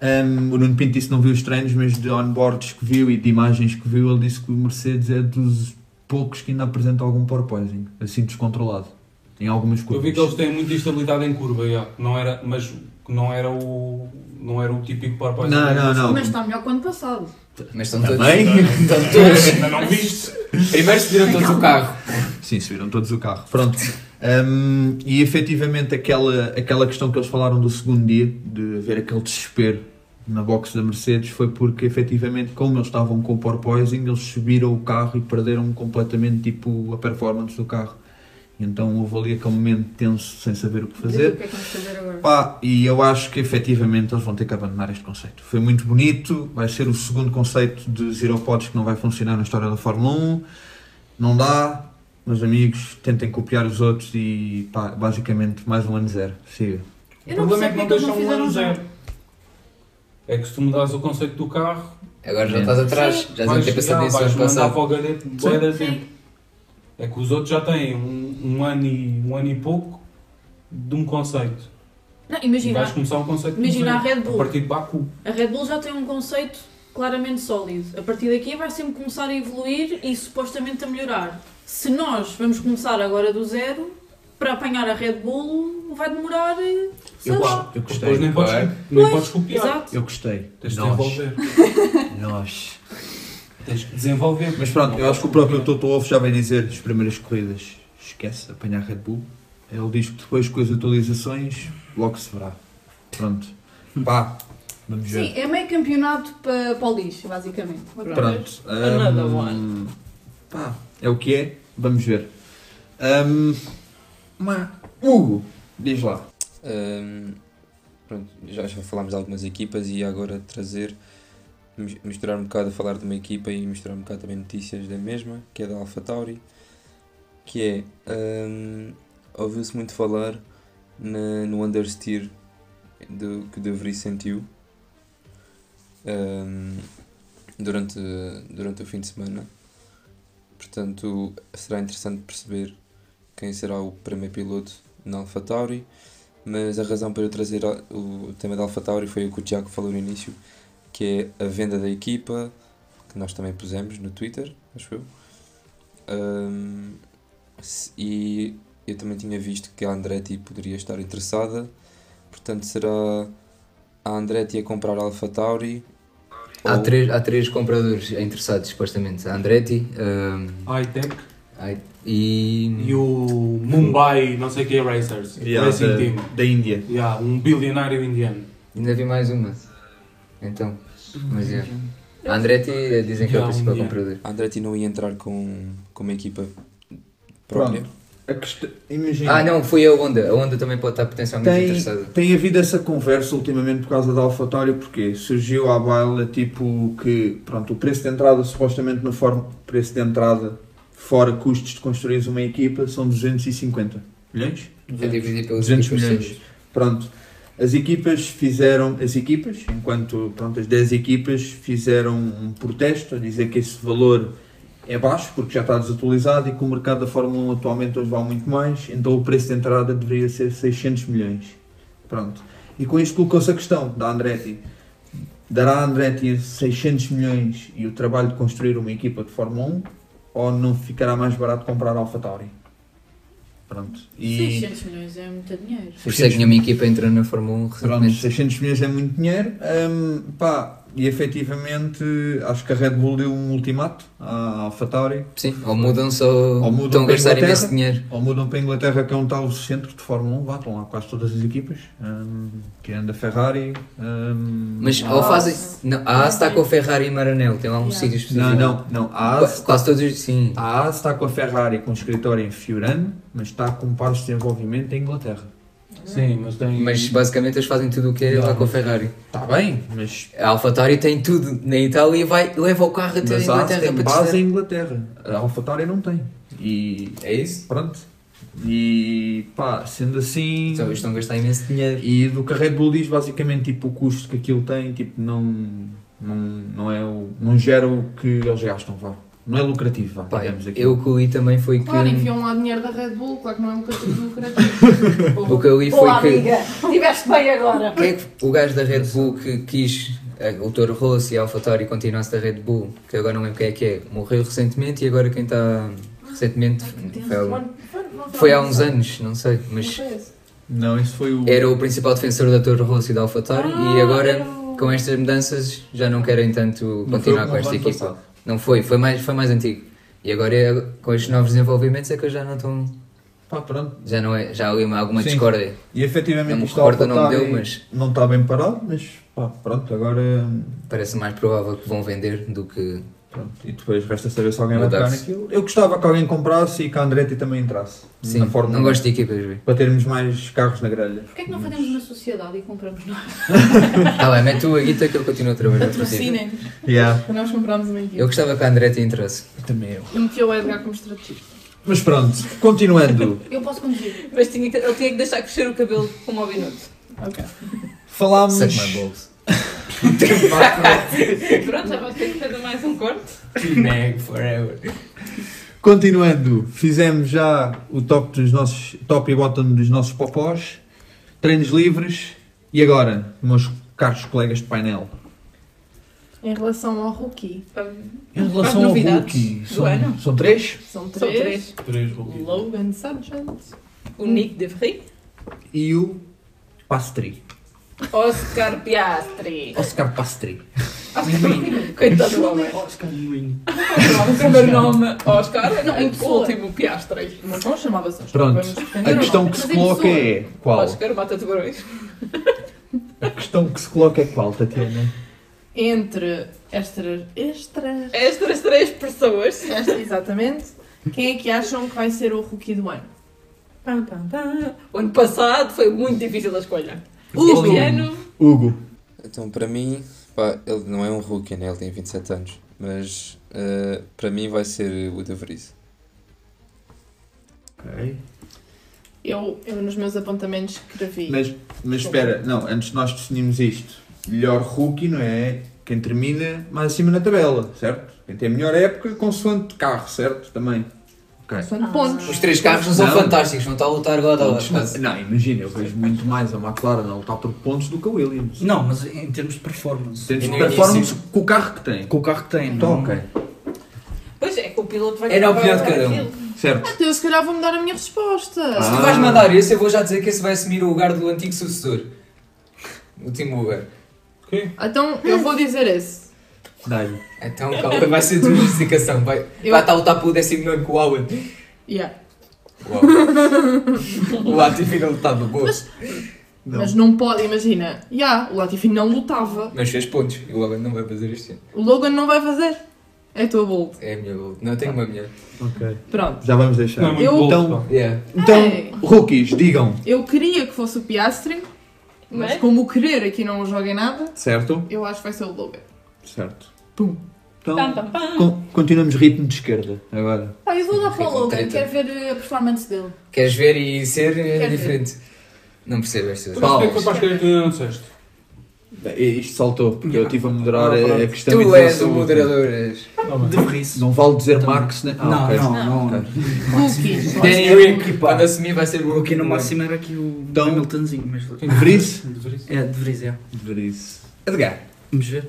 Ahm, o Nuno Pinto disse que não viu os treinos, mas de onboards que viu e de imagens que viu, ele disse que o Mercedes é dos poucos que ainda apresenta algum porpoising, assim descontrolado, em algumas Eu curvas. vi que eles têm muita instabilidade em curva, yeah. não era, mas não era o. não era o típico porpoise. Não, não, não. Mas está melhor que o ano passado. Mas estão todos. Bem? Estão todos. Ainda não viste? Primeiro subiram todos o carro. Sim, subiram todos o carro. Pronto. Hum, e efetivamente aquela, aquela questão que eles falaram do segundo dia, de haver aquele desespero na box da Mercedes, foi porque efetivamente, como eles estavam com o porpoising, eles subiram o carro e perderam completamente tipo, a performance do carro. Então houve ali aquele momento tenso, sem saber o que Diz fazer. O que é que vamos fazer agora? Pá, e eu acho que efetivamente eles vão ter que abandonar este conceito. Foi muito bonito, vai ser o segundo conceito de Zero Pods que não vai funcionar na história da Fórmula 1. Não dá, meus amigos, tentem copiar os outros e pá, basicamente mais um ano zero. Siga. Eu o não problema é percebo que não porque eles deixam não um fizeram ano nada. zero. É que se tu mudares o conceito do carro, Agora já estás atrás. Já deviam vais, é ter já, pensado nisso vais ano mandar passado. para o galhete bué da tempo. É que os outros já têm um, um ano e, um ano e pouco de um conceito. Não, E imagina. vais começar um conceito do Imagina a zero, Red Bull. A partir de Baku. A Red Bull já tem um conceito claramente sólido. A partir daqui vai sempre começar a evoluir e supostamente a melhorar. Se nós vamos começar agora do zero, para apanhar a Red Bull vai demorar, eh, sei lá. eu Depois nem podes, é? nem podes copiar. Exato. Eu gostei. Tens de Nós. desenvolver. Nós. Tens que desenvolver. Mas pronto, eu acho que o próprio Toto Wolff já vai dizer nas primeiras corridas, esquece de apanhar Red Bull. Ele diz que depois com as atualizações, logo se verá. Pronto. Pá, vamos ver. Sim, é meio campeonato para, para o lixo, basicamente. Pronto. Another hum, one. pá, é o que é, vamos ver. Hum, mas, Hugo, diz lá. Ahm, pronto, já, já falámos de algumas equipas e agora trazer, mis- misturar um bocado, falar de uma equipa e misturar um bocado também notícias da mesma, que é da AlphaTauri, que é, ahm, ouviu-se muito falar na- no understeer do, que o De Vries sentiu ehm, durante, durante o fim de semana. Portanto, será interessante perceber quem será o primeiro piloto na AlphaTauri. Mas a razão para eu trazer a- o tema da AlphaTauri foi o que o Tiago falou no início, que é a venda da equipa, que nós também pusemos no Twitter, acho eu. Ehm, se- e eu também tinha visto que a Andretti poderia estar interessada, portanto será a Andretti a comprar a AlphaTauri. Há ou- três, há três compradores interessados, supostamente. A Andretti ehm, Hightech ai- e. e o Mumbai, não sei o que, Racers. Yeah, Racing Team. da, da Índia. Yeah, um bilionário indiano. Ainda vi mais uma. Então, mas é. Uhum. A Andretti eh, dizem que é o Já, um principal dia. comprador. A Andretti não ia entrar com, com uma equipa própria. A questão- imagina. Ah, não, foi a Honda. A Honda também pode estar potencialmente Tem, interessada. tem havido essa conversa ultimamente por causa da AlphaTauri porque surgiu à baila tipo que pronto, o preço de entrada supostamente no fórum, preço de entrada fora custos de construir uma equipa são 250 milhões? É dividir pelos 200 equipas milhões. todas. Pronto. As equipas fizeram, as equipas, enquanto pronto, as 10 equipas fizeram um protesto a dizer que esse valor é baixo porque já está desatualizado e que o mercado da Fórmula 1 atualmente hoje vale muito mais, então o preço de entrada deveria ser 600 milhões. Pronto. E com isto colocou-se a questão da Andretti. Dará a Andretti 600 milhões e o trabalho de construir uma equipa de Fórmula 1 ou não ficará mais barato comprar a AlphaTauri? Pronto. E- 600 milhões é muito dinheiro. Por isso é que nenhuma equipa entrou na Fórmula 1 Pronto, recentemente. 600 milhões é muito dinheiro. Hum, pá, e efetivamente acho que a Red Bull deu um ultimato à AlphaTauri. Sim, ou mudam só. Ou estão mudam a para a gastar Inglaterra. imenso dinheiro. Ou mudam para a Inglaterra, que é um tal centro de Fórmula 1, vá, estão lá quase todas as equipas. hum, que anda a Ferrari. hum, Mas a- ou fazem. Não, a Haas está com a Ferrari e Maranello, tem lá um Yeah. sítio específico. Não, não, não. A Qua- Haas, Quase, todos os. Sim. a Haas está com a Ferrari com o escritório em Fiorano, mas está com partes de desenvolvimento em Inglaterra. Sim, mas tem. Mas basicamente eles fazem tudo o que é lá com a Ferrari. Está bem, mas, A AlphaTauri tem tudo na Itália e vai, leva o carro até a mas a Haas Inglaterra tem para base testar. em Inglaterra. A AlphaTauri não tem. E É isso? Pronto. E pá, sendo assim. Então eles estão a gastar imenso dinheiro. E do que a Red Bull diz, basicamente, tipo, o custo que aquilo tem, tipo, não. Não, não, é o, não gera o que eles gastam, vá. Não é lucrativo, vá. Pá, digamos aqui. eu que li também foi que. Claro, enfiam lá um dinheiro da Red Bull, claro que não é um bocadinho lucrativo. O que eu li foi Olá, que. amiga! Estiveste bem agora! Quem é que o gajo da Red Bull que quis, eh, o Toro Rosso e a AlphaTauri continuasse da Red Bull, que agora não lembro quem é que é, morreu recentemente e agora quem está recentemente foi, há- É foi há uns anos, não sei, mas Não, isso foi o. era o principal defensor da Toro Rosso e da AlphaTauri e agora com estas mudanças já não querem tanto não foi o continuar que com esta ano equipa. passado. Não foi, foi mais, foi mais antigo. E agora é- com estes novos desenvolvimentos é que eu já não estão. Pá, pronto. Já não é, já há ali uma- alguma Sim. discórdia. E efetivamente Não me isto da recordo o nome AlphaTauri dele, mas- Não está bem parado, mas pá, pronto, agora. Parece mais provável que vão vender do que Pronto, e depois resta saber se alguém vai pegar Mudar-se. naquilo. Eu gostava que alguém comprasse e que a Andretti também entrasse. Sim, na Fórmula não 1, gosto de equipas, bem. Para termos mais carros na grelha. Porquê é que não fazemos uma sociedade e compramos nós? Tá bem, mete tu a guita que eu continuo a trabalhar por ti. Patrocinem-nos Yeah. para nós comprarmos uma equipe. Eu gostava que a Andretti entrasse. Também eu. E meti o Edgar como estrategista. Mas pronto, continuando. Eu posso conduzir. Mas tinha que- ele tinha que deixar crescer o cabelo com um minuto. Ok. Falámos. Suck my balls. Pronto, já vais ter que fazer mais um corte. Neg forever. Continuando, fizemos já o top dos nossos top e bottom dos nossos popós, treinos livres e agora, meus caros colegas de painel. Em relação ao rookie, Em relação ao novidades Hulk, do são- ano? são três são três. São três. Três rookies. Logan Sargent. O Nick de Vries. e o Pastri. Oscar Piastri. Oscar Pastri. Coitado do homem. né? Oscar Moinho. O primeiro nome, é Oscar. Não, Em o pessoa. último, Piastri. Mas não chamava-se Oscar. Pronto, vamos defender a ou não? questão que se coloca é qual? Oscar, mata-te barões. A questão que se coloca é qual, Tatiana? Entre estas. Extras. Estas três pessoas. Esta, exatamente. Quem é que acham que vai ser o rookie do ano? Pam, pam, pam. O ano passado foi muito difícil a escolha. Hugo. Este ano, Hugo. Então, para mim, pá, ele não é um rookie, né? ele tem 27 anos, mas eh, para mim vai ser o De Vries. Eu, eu nos meus apontamentos escrevi. Mas, mas espera, não, antes de nós definirmos isto, melhor rookie, não é? quem termina mais acima na tabela, certo? Quem tem a melhor época, consoante carro, certo? Também. Ok. São Ah, de pontos. Os três carros não são Não. fantásticos, não está a lutar God a God, Mas, quase. não, imagina, eu vejo muito mais a McLaren a lutar por pontos do que a Williams. Não, mas em termos de performance. Temos E no performance início- com o carro que tem. Com o carro que tem, Então, não. ok. Pois é, que o piloto vai Era a acabar opinião de cada um. aquilo. Certo. Então, eu se calhar vou mudar a minha resposta. Se tu vais mandar esse, eu vou já dizer que esse vai assumir o lugar do antigo sucessor. O Tim Uber. Ok? Então, eu vou dizer esse. Dá-lhe. Então calma, vai ser a tua justificação. Vai, Eu- vai estar a lutar pelo 19 com o Owen. Yeah. O Latifi não lutava, boa. Mas, Mas não pode, imagina. Yeah, o Latifi não lutava. fez pontos. E o Owen não vai fazer este ano. O Logan não vai fazer. É a tua bold. É a minha luta. Não, tenho uma melhor. Ok. Pronto. Já vamos deixar. Não, é muito Eu- bom, Então- pá. Yeah. Ei. Então, rookies, digam. Eu queria que fosse o Piastri, mas Né? Mas- como o querer aqui não joga em nada, Certo? eu acho que vai ser o Logan. Certo. Pum. Então, Pam, pam, pam. con- continuamos ritmo de esquerda. Agora. Pá, Ah, eu vou dar para o Logan, Treta. quero ver eh, a performance dele. Queres ver e ser é Quero ver. diferente. Não percebo estas Mas porquê palavras. que foi para a esquerda que ainda não disseste? É Isto saltou, porque eu estive a moderar é Ah, pronto. a questão e Tu dizer és só- o moderador. és. De Vries. Não vale dizer Max, né? Então, não, ok. não, não, não. Cookies. Danny Sim, Rick, pá. quando assumir vai ser o Aqui no do ano. máximo era aqui o Então- Hamiltonzinho, mas. Vries? De Vries. É, de Vries, é. Vries. Edgar. Vamos ver.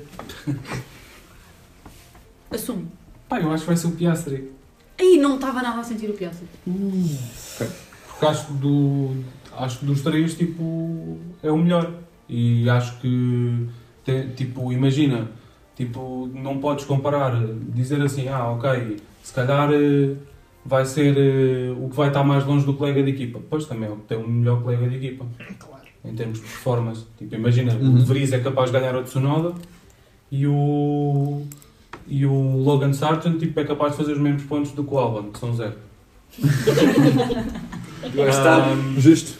Assumo. Pá, eu acho que vai ser o Piastri. Aí não estava nada a sentir o Piazza. Porque acho que do, acho que dos três, tipo, é o melhor. E acho que, tem- tipo, imagina, tipo, não podes comparar, dizer assim, ah, ok, se calhar eh, vai ser eh, o que vai estar mais longe do colega de equipa. Pois também é o que tem o melhor colega de equipa. Em termos de performance. Tipo, imagina, o Uhum. De Vries é capaz de ganhar o Tsunoda e o... E o Logan Sargent tipo, é capaz de fazer os mesmos pontos do que o Albon, que são zero. Gostava. Ahm, Justo.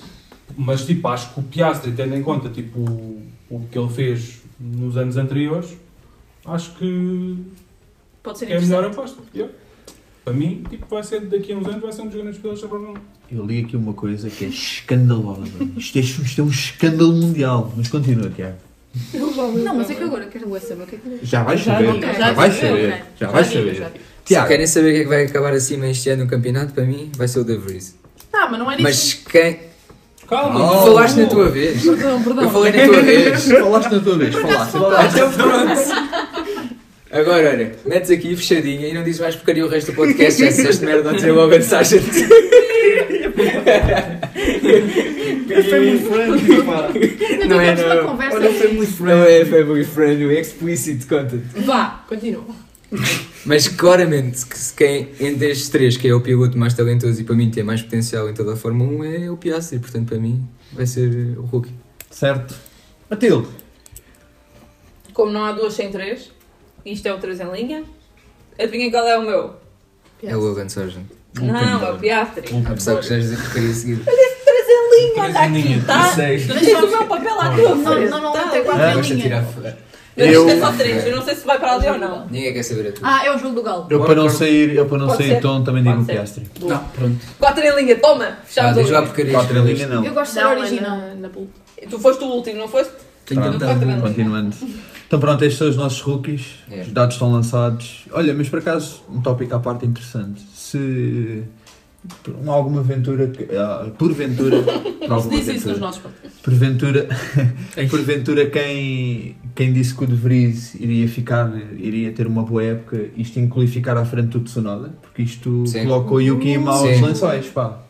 mas tipo, acho que o Piastri, tendo em conta tipo, o, o que ele fez nos anos anteriores, acho que, Pode ser que é a melhor interessante. aposta. Yeah. Para mim, tipo, vai ser daqui a uns anos vai ser um dos grandes pilotos da Fórmula Eu li aqui uma coisa que é escandalosa. Isto é, isto é um escândalo mundial. Mas continua, Tiago. Não, mas é que agora quero saber o que é que ele Já vais Já saber. não quero. Já, vais Já saber. não quero. Já vais Já digo, saber. já digo. Se Tiago. querem saber o que é que vai acabar acima este ano no campeonato, para mim vai ser o De Vries. Tá, mas não é era Mas isso. quem. 1. Calma! Tu Oh. falaste na é tua vez. Perdão, perdão. Eu falei na tua vez. Falaste na tua É vez. Falaste. Então pronto. Agora, olha, metes aqui fechadinha e não dizes mais porcaria o resto do podcast. Já disseste merda ontem o Logan Sargent. Ainda Não é, tivemos uma não. conversa. Não é family friendly, explicit content. Vá, continua. Mas claramente, que se quem entre estes três, que é o piloto mais talentoso e para mim tem mais potencial em toda a Fórmula 1, é o Piastri. Portanto, para mim, vai ser o rookie. Certo. Matilde. Como não há duas sem três, isto é o três em linha, adivinha qual é o meu? É o Logan Sargent. Não, é o Um Piastri. Apesar que já dizer porcaria a seguir. Três em linha, Três anda em linha. aqui, tá? Sei. Tens o meu papel Tá. à tua Não, frente. Tá, normalmente é Ah, quatro em Basta linha. tirar fora. Eu- Eu... É só três, eu não sei se vai para ali ou não. Ninguém quer saber a tua. Ah, é o jogo do Galo. Eu para não sair, eu para não Pode sair ser. tom também digo Pode o é ser. Piastri. Não, pronto. Quatro em linha, toma! Ah, Fechamos diz lá o porcaria. Quatro né? em linha não. Eu gosto de ser Não, é original. na- na bold. Tu foste o último, não foste? Tenho Pronto. tanta. Quatro em linha. Continuando. Então pronto, estes são os nossos rookies. Yeah. Os dados estão lançados. Olha, mas por acaso, um tópico à parte interessante. Se por uma- alguma aventura, que- ah, porventura, por Não se alguma diz isso nos aventura, nossos pontos. porventura, Ei. porventura quem, quem disse que o De Vries iria ficar, iria ter uma boa época, isto inclui ficar à frente do Tsunoda, porque isto Sim. colocou o Yuki em maus Sim. lençóis, pá.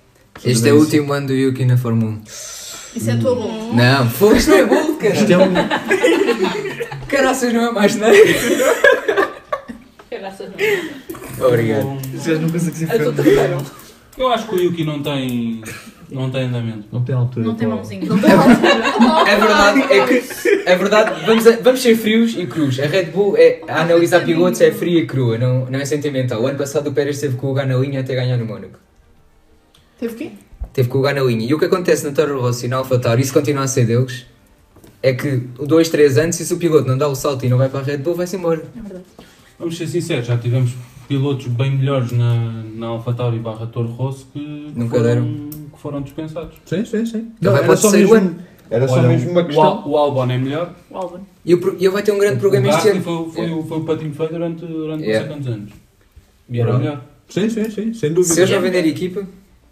Este é o último ano do Yuki na Fórmula 1. Isso é a tua bold. Oh. Uhum. Não, fogo, isto é bom, cara. Isto é um, Caraças, não é mais nada. Graças a Obrigado. Vocês não conseguem ser As outras eram. Eu acho que o Yuki não tem, não tem andamento. Não tem altura. Não tem pá. mãozinha. É verdade, é que. É verdade, vamos, a- vamos ser frios e crus. A Red Bull, é, a analisar pilotos é fria e crua, não, não é sentimental. O ano passado o Pérez teve que o na linha até ganhar no Mónaco. Teve o quê? Teve que o na linha. E o que acontece no Toro Rosso e na AlphaTauri, isso continua a ser deles, é que dois, três anos, e se o piloto não dá o salto e não vai para a Red Bull, vai-se embora. É Vamos ser sinceros, já tivemos pilotos bem melhores na, na AlphaTauri barra Toro Rosso que, Nunca foram, deram. que foram dispensados. Sim, sim, sim. Então Ele vai para o terceiro ano. Era só Olha, mesmo uma o questão. Al- O Albon é melhor. O álbum. E o pro- e ele vai ter um grande O programa este Gasly ano. foi, foi, o- foi o patinho feio durante, durante Yeah. não sei quantos anos. E era Pronto. melhor. Sim, sim, sim, sem dúvida. Se eles não venderem a equipa,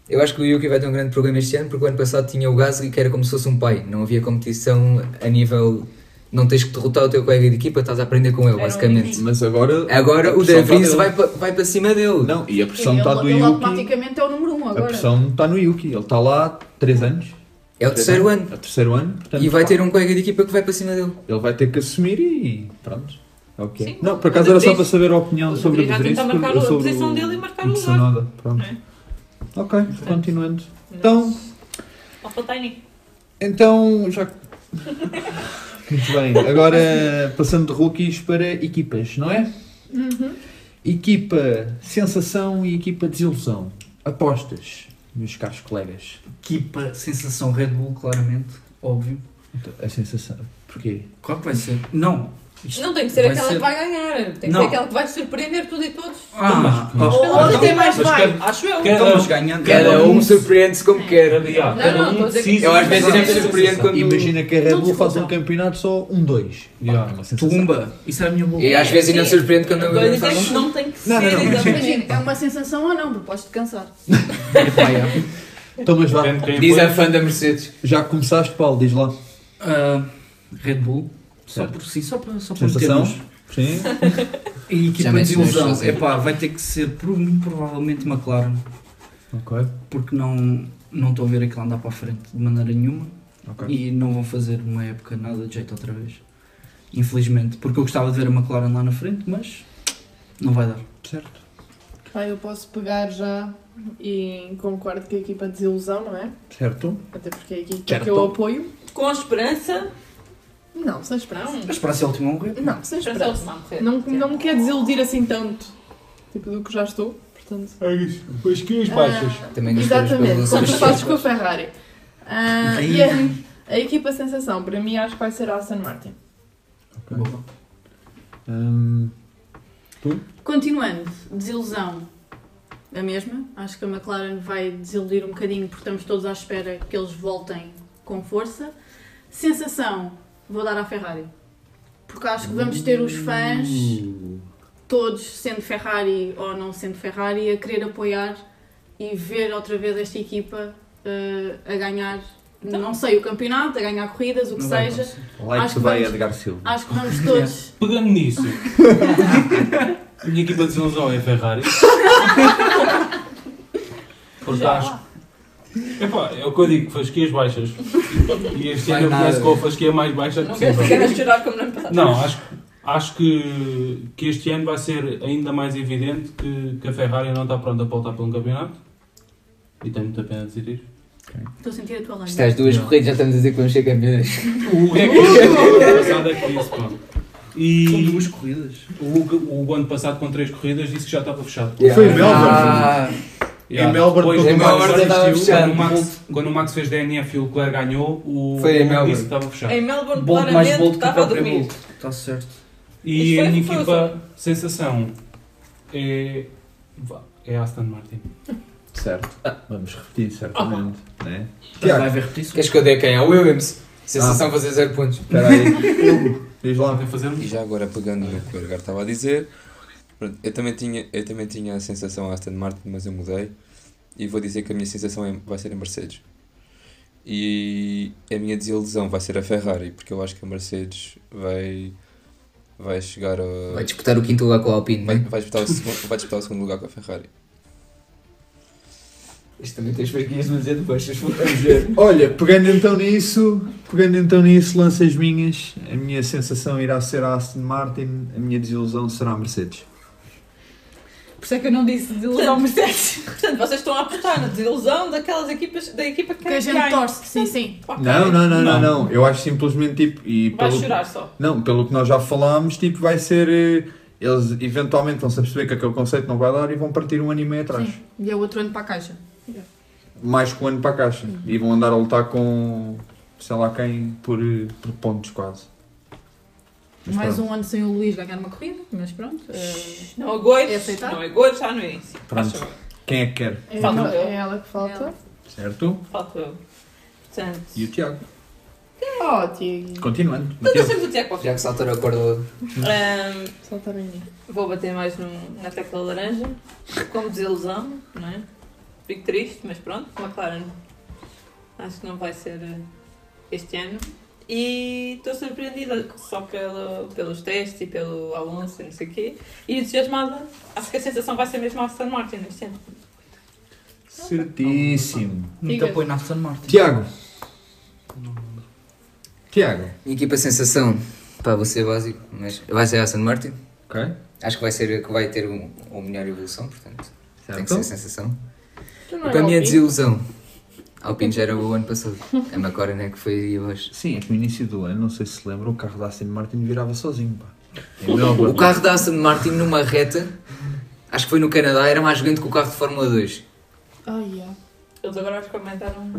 eu acho que o Yuki vai ter um grande programa este ano, porque o ano passado tinha o Gasly que era como se fosse um pai. Não havia competição a nível. Não tens que derrotar o teu colega de equipa, estás a aprender com ele, Era um basicamente. inimigo. Mas agora. a Agora o De pressão Vries tá vai, dele. pa- vai para cima dele. Não, e a pressão Ele, é está do ele Yuki. automaticamente é o número 1 um A agora. pressão está no Yuki. Ele está lá há 3 anos. É o Três terceiro anos. ano. É o terceiro ano. Portanto, E vai pá, ter um colega de equipa que vai para cima dele. Ele vai ter que assumir e pronto. Ok. Sim, não, por o acaso De era só Vries- para saber a opinião o De sobre o Vries já De Vries. tenta marcar porque- a sobre posição o- dele e marcar o o Tsunoda, Pronto. Não é? Ok, continuando. Então, Alpha Tiny. então já. Muito bem, agora passando de rookies para equipas, não é? Uhum. Equipa sensação e equipa desilusão. Apostas, meus caros colegas. Equipa, sensação Red Bull, claramente. Óbvio. Então, A sensação. Porquê? Qual que vai ser? Não. Isto- Não tem que ser vai aquela que vai ganhar. Tem que Não. ser aquela que vai surpreender tudo e todos. Então, Ah, então Mas- mas- oh, Ou até mais Mas vai, cada- acho eu. Cada Estamos um, ganhando. Cada um surpreende-se É. como quer. cada, yeah, Não, cada não, um estou a dizer que- decide. Eu às vezes Cada um nem me surpreendo decide. quando. Imagina que a Red Não Bull faz desilusão. um campeonato só um dois Yeah. Tumba. Isso é a minha boca. E às vezes ainda me Sim. surpreende quando Estou a eu dizer faço que não tem que ser Não, não, não. exatamente. Imagina, é uma sensação ou não, porque podes descansar. Epá, yeah. Então, mas vá, Depende de quem Diz foi. a fã da Mercedes. já começaste, Paulo, diz lá. Ah, Red Bull. Só Certo. por si, só para só para Sensação? metermos. Sim. E equipa de metes dois desilusão. sozinho. Epá, vai ter que ser pro- muito provavelmente McLaren. Ok, Porque não não estou a ver aquilo andar para a frente de maneira nenhuma. ok. E não vão fazer uma época nada de jeito outra vez. Infelizmente. Porque eu gostava de ver a McLaren lá na frente, mas não vai dar. Certo. Ah, eu posso pegar já e concordo que a equipa de desilusão, não é? Certo. Até porque é a equipa Certo. que eu apoio. Com a esperança, Não, sem esperança. Mas para ser a última honra. Não, sem esperança esperança. é o que Não, não me quer desiludir assim tanto. Tipo, do que já estou, portanto. É isso. As crias baixas. Ah, Também gostei das Exatamente, como tu perguntas. fazes com a Ferrari. Ah, e a, a equipa sensação, para mim, acho que vai ser a Aston Martin. Boa. Hum, Continuando, desilusão. A mesma. Acho que a McLaren vai desiludir um bocadinho porque estamos todos à espera que eles voltem com força. Sensação, vou dar à Ferrari. Porque acho que vamos ter os fãs, Uh. Uh, todos sendo Ferrari ou não sendo Ferrari, a querer apoiar e ver outra vez esta equipa eh, a ganhar, não sei, o campeonato, a ganhar corridas, o que Então. Não vai seja. acontecer. like Acho que que vai vamos- Edgar Silva. Acho que vamos todos Pegando nisso, a minha equipa de desilusão é a Ferrari. Porque acho. Epá, é o que eu digo, fasquias baixas. E este ano eu Vai nada. começo com a fasquia mais baixa não quer possível. ficar a chorar como no ano passado. Não, acho, acho que, que este ano vai ser ainda mais evidente que, que a Ferrari não está pronta para lutar por um campeonato. E tenho muita pena de dizer isto. Estou a sentir a tua lágrima. Isto é as duas corridas, já estamos a dizer que vamos ser campeões. O que é que o passado é que disse, pá. Com E duas corridas. o, Luca, o ano passado com três corridas disse que já estava fechado. Foi em Melbourne. Ah, Em Melbourne, Depois, quando em o Max Melbourne estava existiu, fechado. Quando o, Max, quando o Max fez DNF e o Leclerc ganhou, o Foi em o Max Melbourne. disse que estava fechado. Em Melbourne, Bolt mais claramente, Bolt que a estava a própria dormir. Bolt. Está certo. E Isto a foi- minha foi equipa, sensação, é, vá, é Aston Martin. Certo. Vamos repetir, certamente. Oh. Né? Mas vai Tiago, haver repetição. Queres que eu dê quem? É o Williams. Sensação fazer zero pontos. Ah. espera aí. Hugo, diz Lá lá. vai fazer um... E já agora pegando no que o Edgar estava a dizer, pronto, eu também tinha, eu também tinha a sensação Aston Martin, mas eu mudei e vou dizer que a minha sensação é- vai ser a Mercedes. E a minha desilusão vai ser a Ferrari, porque eu acho que a Mercedes vai, vai chegar a. Vai disputar o quinto lugar com o Alpine, vai, não é? vai disputar o segundo, vai disputar o segundo lugar com a Ferrari. Isto também tens fasquias de dizer depois, se formos ver. Olha, pegando então nisso, pegando então nisso, lanço as minhas. A minha sensação irá ser a Aston Martin, a minha desilusão será a Mercedes. Por isso é que eu não disse Portanto, desilusão. Mercedes. Portanto, vocês estão a apostar na desilusão daquelas equipas, da equipa que Porque a gente ganha. torce, sim, sim. Ok. Não, não, não, não, Não. não. Eu acho simplesmente tipo. E Vai pelo, chorar só. Não, pelo que nós já falámos, tipo, vai ser. eh, Eles eventualmente vão se aperceber que aquele conceito não vai dar e vão partir um ano e meio atrás. sim. E é o outro ano para a caixa. mais que um ano para a caixa. E vão andar a lutar com sei lá quem por, eh, por pontos quase. Mas Mais pronto. um ano sem o Luís ganhar uma corrida, mas pronto. eh, Não aguento. É aceitável. Não aguento, já no início. Pronto. Faz favor. um. Quem é que quer? É, Falta ela- eu. é ela que falta. Certo? Falta eu. Portanto, E o Tiago. Oh, Tiago. Continuando. Mas eu Mateus. sempre vou tirar é qualquer Já que saltar a corda. Ahm, Soltar em mim. Vou bater mais no- na tecla laranja, como desilusão, não é? Fico triste, mas pronto, McLaren. Acho que não vai ser eh, este ano. E estou surpreendida só pelo, pelos testes e pelo Alonso e não sei o quê. E entusiasmada. Acho que a sensação vai ser mesmo a Aston Martin este ano. Certíssimo. Muito Diga. apoio na Aston Martin. Tiago. Tiago. Minha equipa é sensação, pá, vou ser básico, mas vai ser a Aston Martin. Ok. Acho que vai ser a que vai ter um- uma melhor evolução, portanto, tem que ser a Certo. sensação. Tu não E para a é minha Alpine? desilusão, a Alpine já era boa ano passado. A McLaren é que foi aí hoje. Sim, é que no início do ano, não sei se se lembra, o carro da Aston Martin virava sozinho, pá. Em Melbourne. O carro da Aston Martin numa reta, acho que foi no Canadá, era mais grande que o carro de Fórmula 2. Ah, yeah. Eles agora acho que aumentaram.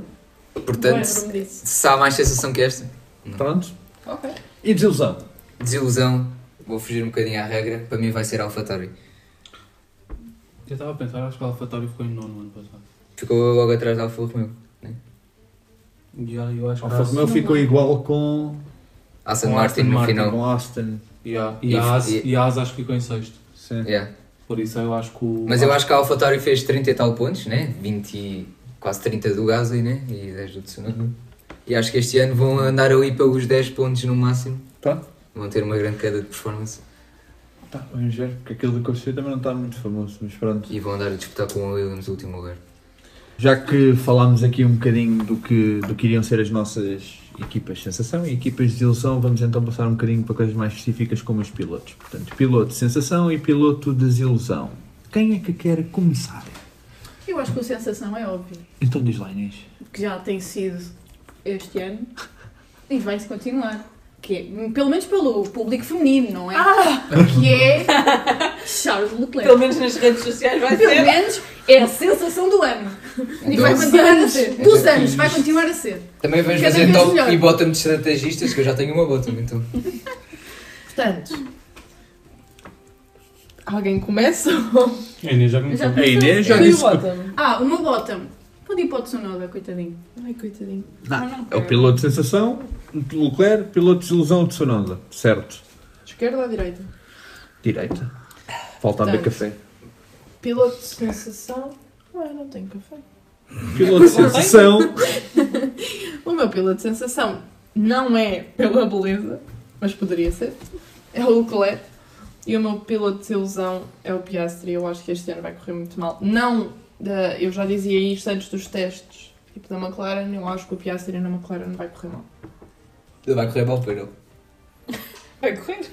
Portanto, Não é lembro-me disso. se há mais sensação que esta, Pronto. Ok. E desilusão? desilusão, vou fugir um bocadinho à regra, para mim vai ser a AlphaTauri. Eu estava a pensar, acho que o Alfatório ficou em nono ano passado. Ficou logo atrás da Alfa Romeo. E aí eu acho que. Alfa Romeo ficou igual com, Aston Com a Martin Aston no Martin, final. com Austin. E a- e a Haas- e a Asa acho que ficou em sexto. Sim. Yeah. Por isso eu acho que o. Mas eu acho que a AlphaTauri fez 30 e tal pontos, né? 20 e quase 30 do Gasly, né? E 10 do Tsunoda. Uhum. E acho que este ano vão andar ali pelos 10 pontos no máximo. Tá. Vão ter uma grande queda de performance Tá, vamos ver, porque aquilo do Corsica também não está muito famoso, mas pronto. e vão andar a disputar com o Williams no último lugar. Já que falámos aqui um bocadinho do que, do que iriam ser as nossas equipas de sensação e equipas de desilusão, vamos então passar um bocadinho para coisas mais específicas como os pilotos. Portanto, piloto de sensação e piloto de desilusão. Quem é que quer começar? Eu acho que a sensação é óbvia. Então diz lá, Inês. que já tem sido este ano e vai-se continuar. Que é, pelo menos pelo público feminino, não é? Ah! Que é Charles Pelo Leclerc. menos nas redes sociais vai Pelo ser. menos é a sensação do ano. E vai Então, continuar a É ser. Então, Dos anos, vai continuar a ser. também vamos Cada fazer vez top melhor. e bottom de estrategistas, que eu já tenho uma bottom, então. Portanto, alguém começa? ou- A Inês É, já começou. A Inês já Foi o disse. bottom. ah, o meu bottom. Pode ir para o Tsunoda, coitadinho. Ai, coitadinho. Ah, não É o quero. piloto de sensação, de Leclerc, piloto de desilusão de Tsunoda. Certo. Esquerda ou direita? Direita. Falta a beber Portanto. café. Piloto de sensação. Ah, eu não tenho café. Piloto de sensação. O meu piloto de sensação não é pela beleza, mas poderia ser. É o Leclerc. E o meu piloto de desilusão é o Piastri. Eu acho que este ano vai correr muito mal. Não, da- eu já dizia isto antes dos testes, tipo da McLaren. Eu acho que o Piastri na McLaren vai correr mal. Ele vai correr mal para ele. Vai correr.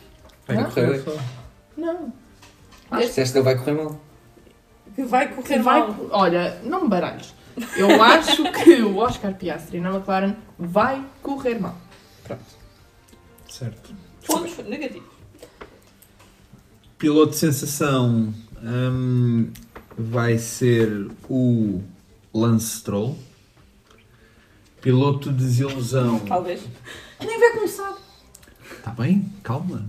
Vai Não? correr bem. Não. Acho que disseste que ele vai correr mal. Que vai correr vai, mal. Olha, não me baralhes. Eu acho que o Oscar Piastri na McLaren vai correr mal. Certo. Pontos negativos. Piloto de sensação hum, vai ser o Lance Stroll. Piloto de desilusão. Talvez. Nem vai começar. Está Tá bem? Calma.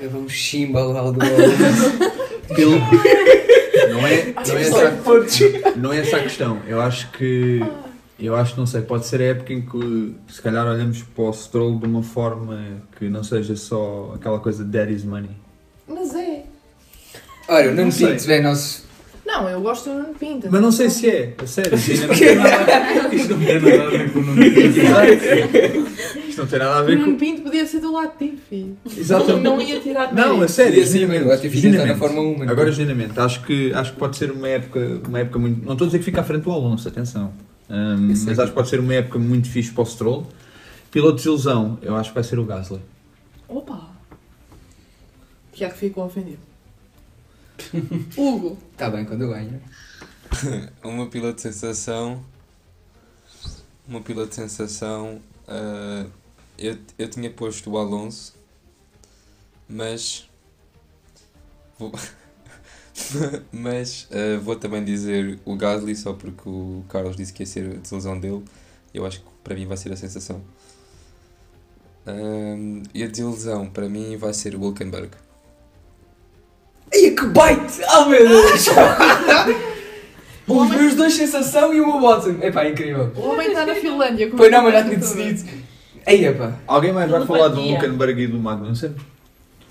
Leva um chimba lá do Alonso. Pil- não, Ah, é, não, é essa, não é essa a questão. Eu acho que. Eu acho que não sei, pode ser a época em que se calhar olhamos para o Stroll de uma forma que não seja só aquela coisa de daddy's money. Mas é. Olha, o Nuno Não sei. Pinto é nosso. Não, eu gosto do Nuno Pinto. Mas não sei se é, a sério. Isto não tem nada a Isto não tem nada a ver com o Nuno Pinto. ver- Isto não tem nada a O ver com. Nuno Pinto podia ser do Latifi. Exatamente. Hum. Não é ia tirar Não, a mérito. sério, Podia ser genuinamente, também, o Latifi já está na genuinamente. Fórmula 1, mano. Agora, genuinamente, acho que, acho que pode ser uma época, uma época muito. Não estou a dizer que fica à frente do Alonso, atenção. Hum, Eu sei mas que- acho que pode ser uma época muito fixe para o Stroll. Piloto de desilusão, eu acho que vai ser o Gasly. Opa! Já que ficou ofendido. Hugo, Está Tá bem, quando ganha. O meu piloto de sensação. O meu piloto de sensação. ah, eu, eu tinha posto o Alonso, mas. Vou, mas ah, vou também dizer o Gasly, só porque o Carlos disse que ia ser a desilusão dele. Eu acho que para mim vai ser a sensação. Ahm, e a desilusão para mim vai ser o Hulkenberg. Ai, que bite! Oh meu Deus! Os meus dois sensação e uma bottom. Epá, incrível. o homem está na Finlândia. como Pois não, eu mas já estou tinha toda. decidido. Ei, epá. Alguém mais vai Tudo falar do batia. Lukenberg e do Magnussen?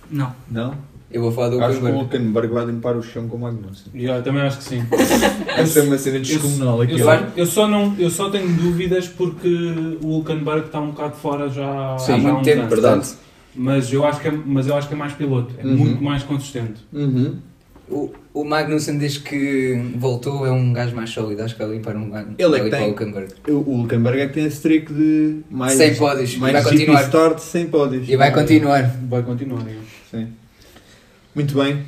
Não. Não? Eu vou falar do Acho que o Huckenberg. Lukenberg vai limpar o chão com o Magnussen. Yeah, também acho que sim. Essa é uma cena descomunal aqui. Eu só, eu, só não, eu só tenho dúvidas porque o Hulkenberg está um bocado fora já Sim, há há já muito uns tempo, anos. verdade. Mas eu, acho que é, mas eu acho que é mais piloto, é Uhum. muito mais consistente. Uhum. O, o Magnussen, desde que voltou, é um gajo mais sólido. Acho que vai limpar um Magnussen. Ele é vai que limpar tem. o Huckenberg. Eu- O Lukenberg é que tem esse trick de mais. Sem pódios. E Mais vai GP continuar. start sem pódios. E vai continuar. Vai continuar. eu. Sim. Muito bem.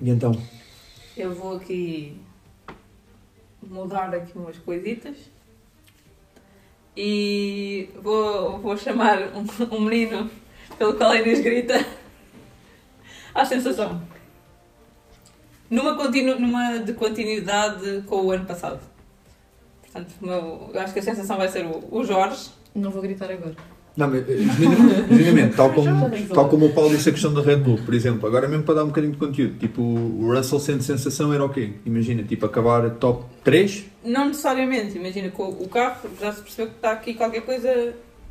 E então? Eu vou aqui mudar aqui umas coisitas e vou, vou chamar um, um menino pelo qual a Inês grita à sensação. Numa, continu, numa de continuidade com o ano passado. Portanto, o meu- eu acho que a sensação vai ser o, o Jorge. Não vou gritar agora. Não, mas eh, genuinamente, genuinamente, tal, como, tal como o Paulo disse a questão da Red Bull, por exemplo, agora mesmo para dar um bocadinho de conteúdo, tipo, o Russell sendo sensação era o quê? Imagina, tipo, acabar top 3? Não necessariamente, imagina que o o carro já se percebeu que está aqui qualquer coisa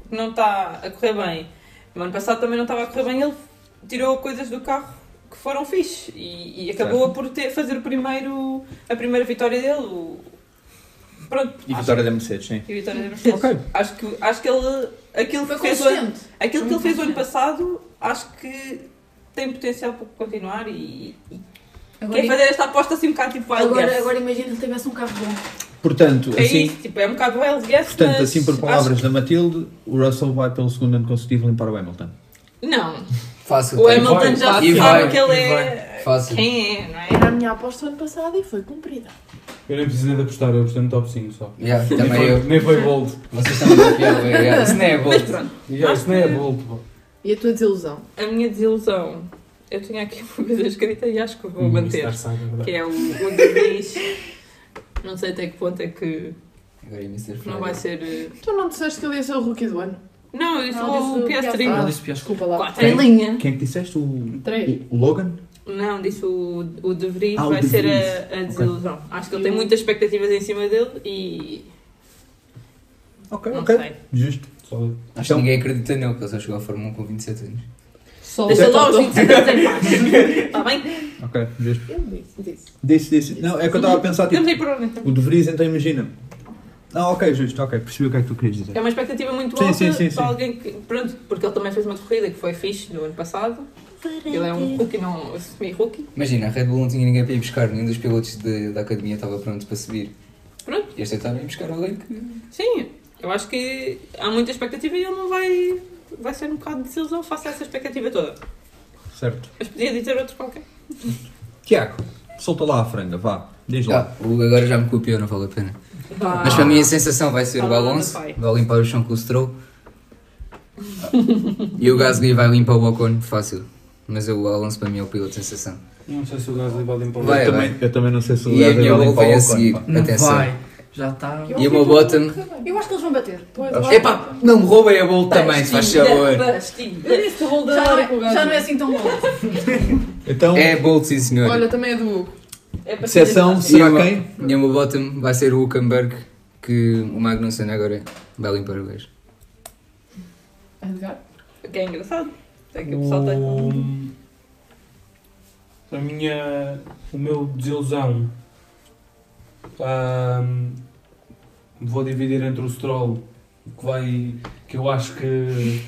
que não está a correr bem. No ano passado também não estava a correr bem, ele tirou coisas do carro que foram fixe e, e acabou por ter, fazer o primeiro, a primeira vitória dele. o- Pronto, E vitória da Mercedes, Ah, sim. e a vitória da Mercedes. Ok. Acho, que, acho que ele. Aquilo que, Foi fez o ano, consistente. aquilo que ele fez o ano passado, acho que tem potencial para continuar e. e Agora, quer fazer esta aposta assim um bocado tipo wild agora, guess. agora imagina que tivesse um carro bom. Portanto, É assim, isso, tipo, é um bocado wild guess. portanto, mas assim por acho palavras da Matilde, o Russell vai pelo segundo ano consecutivo limpar o Hamilton. Não, Fácil. o é tem. Hamilton já E sabe vai, que ele e é. Fácil. Quem é, não é? Era a minha aposta o ano passado e foi cumprida. Eu nem precisei de apostar, eu apostei no top 5 só. Yeah, Nem também foi, eu. nem foi bold. Vocês estão a copiar o yeah. Isso não é Mas bold. pronto, Yeah, Acho isso nem é que- bold. pô. E a tua desilusão? a minha desilusão. Eu tinha aqui uma coisa escrita e acho que vou Hum, manter. isso está a sair, é verdade. Que é o, o Diniz. Não sei até que ponto é que Agora é Mr. não Friday. vai ser. eh, Tu não disseste que ele ia ser o rookie do ano? Não, isso Não, disse foi o o Piastri. Eu Piastri. disse Piastri. Desculpa lá. Quatro em linha. Quem é que disseste? O, Três. o Logan? Não, disse o, o De Vries Ah, o vai De ser Vries. a, a desilusão. Acho que ele tem muitas expectativas em cima dele e. Ok, Não ok. sei. Justo. Só- Acho Então- que ninguém acredita nele, que ele só chegou à Fórmula 1 com 27 anos. Só é Deixa Então, lá os 27 anos em paz. Está bem? Tá, Ok, justo. Eu disse, disse. Disse, disse. Não, é que eu estava a pensar, tipo, Estamos aí por ordem. então. o De Vries, então imagina. Ah, ok, justo, ok. Percebi o que é que tu querias dizer. É uma expectativa muito Sim, alta sim, sim, sim. para alguém que. Pronto, porque ele também fez uma corrida que foi fixe do ano passado. Ele é um rookie, não semi-rookie. Imagina, a Red Bull não tinha ninguém para ir buscar, nenhum dos pilotos de- da academia estava pronto para subir. Pronto. E este tentaram ir buscar alguém que. Sim, eu acho que há muita expectativa e ele não vai. Vai ser um bocado de desilusão face a essa expectativa toda. Certo. Mas podia dizer outro qualquer. Tiago, solta lá a franga, vá. Diz lá. Ah, o agora já me copiou, não vale a pena. Mas para mim a sensação vai ser o Fala lá do Alonso, pai. vai limpar o chão com o Stroll. Ah. e o Gasly vai limpar o Ocon, fácil. Mas o Alonso para mim é o piloto de sensação. é. Não sei se o Gasly um vai limpar o Vai, eu, também, eu também não sei se o E a Gasly minha vai bola limpar o vem a Ocon, seguir. pá. Não Atenção. vai. Já está. E o meu bottom. Eu acho que eles vão bater. Epá, não me roubem a bola também, se faz favor. Bastilha. Já não, é, já não é assim tão bom. Então, É Bolt, sim senhor. Olha, também é do Hugo. É para seção, E será o quem? meu- e o meu bottom vai ser o Huckenberg, que o Magnussen agora vai limpar o gajo. Edgar. O que é engraçado. É que o pessoal tem. um- O- A minha. O meu desilusão. ahm, vou dividir entre o Stroll, que vai. que eu acho que.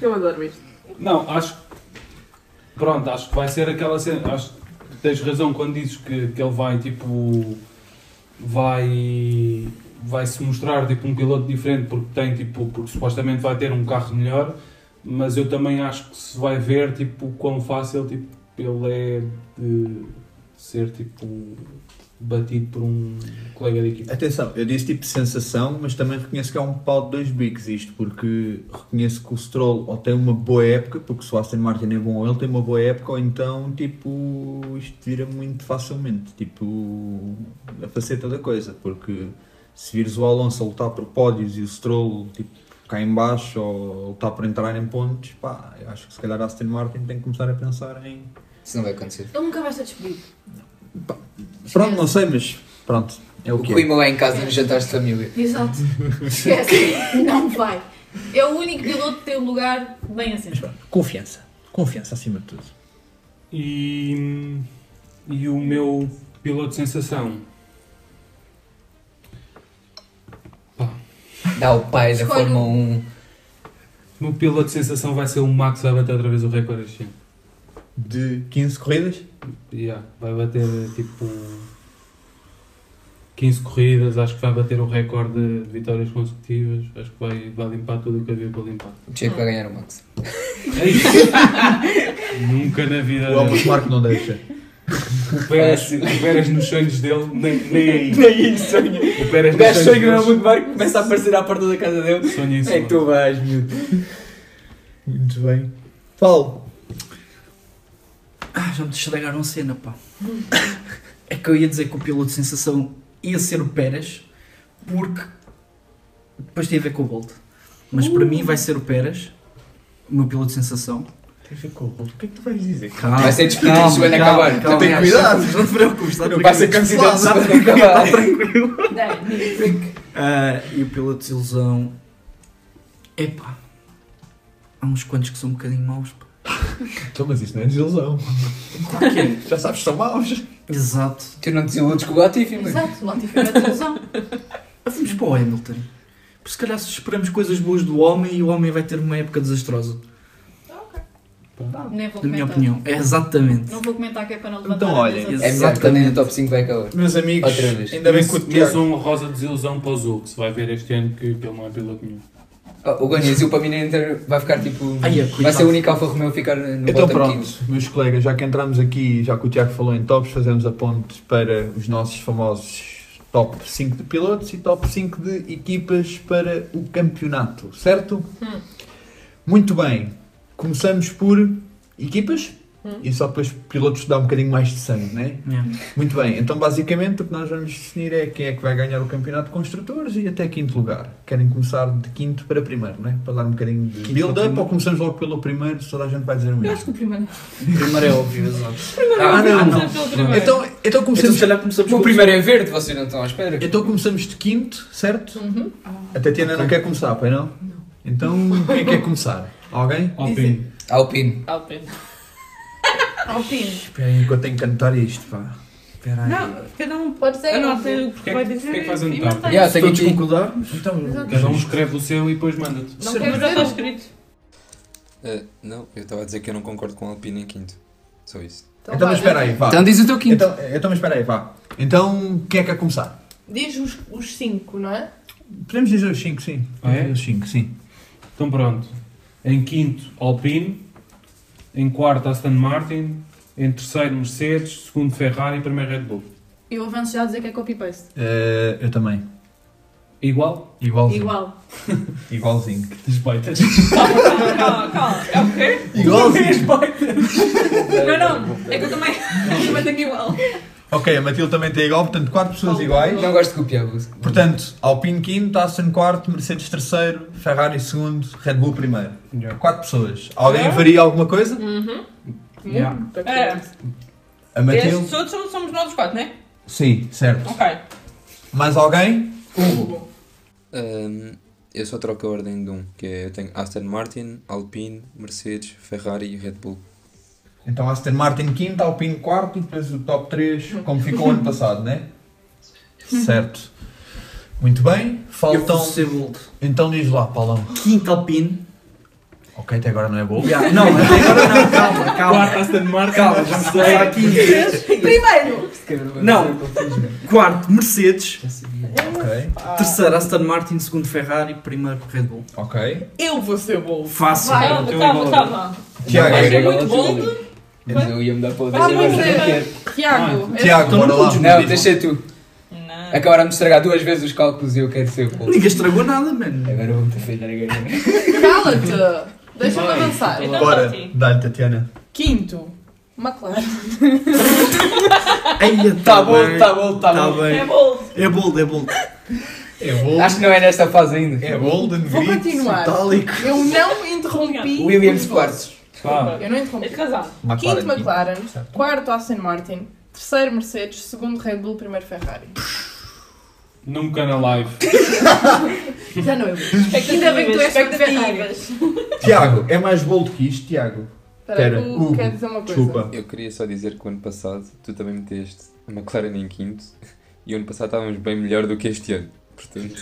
Eu adoro isto. Não, acho. Pronto, acho que vai ser aquela cena. Acho que tens razão quando dizes que, que ele vai tipo. Vai. Vai se mostrar tipo um piloto diferente porque tem tipo. Porque supostamente vai ter um carro melhor, mas eu também acho que se vai ver tipo quão fácil tipo, ele é de ser tipo batido por um colega de equipe. Atenção, eu disse tipo sensação, mas também reconheço que é um pau de dois bicos isto, porque reconheço que o Stroll ou tem uma boa época, porque se o Aston Martin é bom, ele tem uma boa época, ou então tipo isto vira muito facilmente, tipo a faceta da coisa, porque se vires o Alonso a lutar por pódios e o Stroll tipo cá em baixo ou a lutar por entrar em pontos, pá, eu acho que se calhar a Aston Martin tem que começar a pensar em Isso não vai acontecer. Ele nunca vai ser despedido. pronto, não sei, mas pronto, É o O que é. Coimbra lá em casa nos jantares de família. Exato. Esquece. Não vai. É o único piloto que tem um lugar bem assim. Confiança. Confiança acima de tudo. E, e o meu piloto de sensação. Dá o pai da Escolhe Fórmula um. 1. O meu piloto de sensação vai ser o Max, vai bater outra vez o recorde este ano. De 15 corridas? Yeah, vai bater tipo 15 corridas, acho que vai bater o recorde de vitórias consecutivas, acho que vai, vai limpar tudo o que havia para limpar. O Checo vai ganhar o Max. É isso! Nunca na vida O Helmut Marko não deixa. o Pérez, o Pérez nos sonhos dele, nem, nem aí. Nem isso, sonho. O Pérez O gajo nos sonha que não é sonhos muito bem, começa a aparecer à porta da casa dele. dele, sonha isso. É que tu vais, miúdo. Muito bem. Paulo. Ah, já me estragaram a cena, pá. É que eu ia dizer que o piloto de sensação ia ser o Pérez, porque depois tem a ver com o Bolt. Mas para mim vai ser o Pérez, o meu piloto de sensação. O que é que tu vais dizer? Calma, Vai ser despedido Ah, calma, se o ano calma, acabar. calma. Tu tens cuidado. Não te preocupes, está Vai ser tranquilo. candidato se o ano Está acabar. tranquilo. é Dá. Ah, e o piloto de ilusão. Epá. Há uns quantos que são um bocadinho maus. pá. Então, mas isso não é desilusão. Já sabes que são maus. Exato. Tu não desiludes com o Latifi, mas Exato, lá tive a televisão. Ah, Vamos para o Hamilton. Porque se calhar esperamos coisas boas do homem e o homem vai ter uma época desastrosa. Nem vou Na minha comentar. opinião. É exatamente. tá. Não vou comentar que é para não levantar. Então, a olha, mesa. é melhor que também no top 5 vai acabar. Meus amigos, Outra vez. ainda bem que o Mas Tiago... uma um rosa desilusão para o Zul, que se vai ver este ano que, que ele não é piloto nenhum. Ah, O Ganizil para mim nem entra- vai ficar tipo. Ai, é, vai coitado. ser o único Alfa Romeo a ficar no Então bottom pronto, 15. meus colegas, já que entramos aqui, já que o Tiago falou em tops, fazemos a ponte para os nossos famosos top 5 de pilotos e top 5 de equipas para o campeonato, certo? Muito bem, começamos por equipas e só depois pilotos dá um bocadinho mais de sangue, não é? É. Muito bem, então basicamente o que nós vamos definir é quem é que vai ganhar o campeonato de construtores e até quinto lugar. Querem começar de quinto para primeiro, não é? Para dar um bocadinho de Quinto para build-up primeiro. ou começamos logo pelo primeiro, se toda a gente vai dizer o Eu mesmo. acho que o primeiro. é Primeiro é óbvio, exato. Ah, não, não. Começamos pelo primeiro. Então, então, Então se começamos, calhar começamos O com- primeiro é verde, vocês não estão à espera. então começamos de quinto, certo? Uhum. A Tatiana não quer começar, pois não? Então, quem é que quer começar? Alguém? Alpine. Alpine. Alpine. Alpine. Espera aí que eu tenho que anotar isto, pá. Espera aí. Não, cada um Pode ser. anota o que Porquê vai que- dizer. porquê que um vais e anotar? mantém. Yeah, Se tenho todos aqui. concordarmos. Então, Cada um escreve o seu e depois manda-te. Não Será- quero é já está um- escrito. Eh, não, eu estava a dizer que eu não concordo com a Alpine em quinto. Só isso. Então, mas espera aí, vá. Então diz o teu quinto. Então, então, mas espera aí, vá. Então, quem é que quer começar? Diz os, os cinco, não é? Podemos dizer os 5, sim. Ah, é? Os 5, sim. Então pronto. Em quinto, Alpine. Em quarto, Aston Martin. Em terceiro, Mercedes. Segundo, Ferrari. Primeiro, Red Bull. Eu avanço já a dizer que é copy-paste. Eh, eu também. Igual? Igualzinho. Igual. Igualzinho. Desbaitas. Calma, calma. É o quê? Igualzinho. Não, não. É que eu também. Mas tenho igual. ok, a Matilde também tem igual, portanto, 4 pessoas iguais. Não gosto de copiar, vou- Portanto, Alpine quinto, Aston quarto, Mercedes terceiro, Ferrari segundo, Red Bull primeiro. Quatro pessoas. Alguém faria alguma coisa? Uhum. Hum? Yeah. É. A Estes Matilde? todos somos- somos nós os quatro, não é? Sim, certo. Ok. Mais alguém? Ahm, eu só troco a ordem de um, que é eu tenho Aston Martin, Alpine, Mercedes, Ferrari e Red Bull. Então Aston Martin quinto, Alpine quarto e depois o top 3, como ficou ano passado, né? Certo. Muito bem. Eu Faltam. vou ser Bolt. Então diz lá, Paulão. Quinto Alpine. Ok, até agora não é bom. Yeah, Não, até agora não. Calma, calma. Quarto, Aston Martin. Calma, vamos começar aqui. Primeiro! Não. Quarto, Mercedes. Ok. Terceiro, Aston Martin. Segundo, Ferrari. Primeiro, Red Bull. Ok. Eu vou ser bom. Fácil. Vai, Não, calma, eu calma, igual. calma. Tiago, Vai Mas é chegar muito lá, bom. tudo bem. Eu ia me dar para o Ah, desenho, pois mas é. não quero. Tiago. Tiago, Então bora não lá. podes Não, deixa tu. Não. É Acabaram de estragar duas vezes os cálculos e eu quero ser o Paul. Ninguém estragou nada, mano. Agora vou-me defender a ganhar. Cala-te. Deixa-me avançar. Então Bora, dá-te. dá-lhe, Tatiana. Quinto. McLaren. Eia, Tá bom, bom, tá bom, tá Tá bom. É bem. bom. É bold, é bold. É bom. Acho que não é nesta fase ainda. É Golden Vou Grits, continuar. Itálico. Eu não interrompi. Williams os quartos. Pá. Eu não É de interrompi. casado. Quinto McLaren, Ah, Certo. quarto Aston Martin, terceiro Mercedes, segundo Red Bull, primeiro Ferrari. Nunca na live. Já não é bom. Ainda bem que tu és Expectativas. expectativas. Tiago, é mais bold que isto, Tiago? Espera, Espera, tu Hugo, quer dizer uma coisa. Desculpa. Eu queria só dizer que o ano passado tu também meteste a McLaren em quinto e o ano passado estávamos bem melhor do que este ano. Portanto,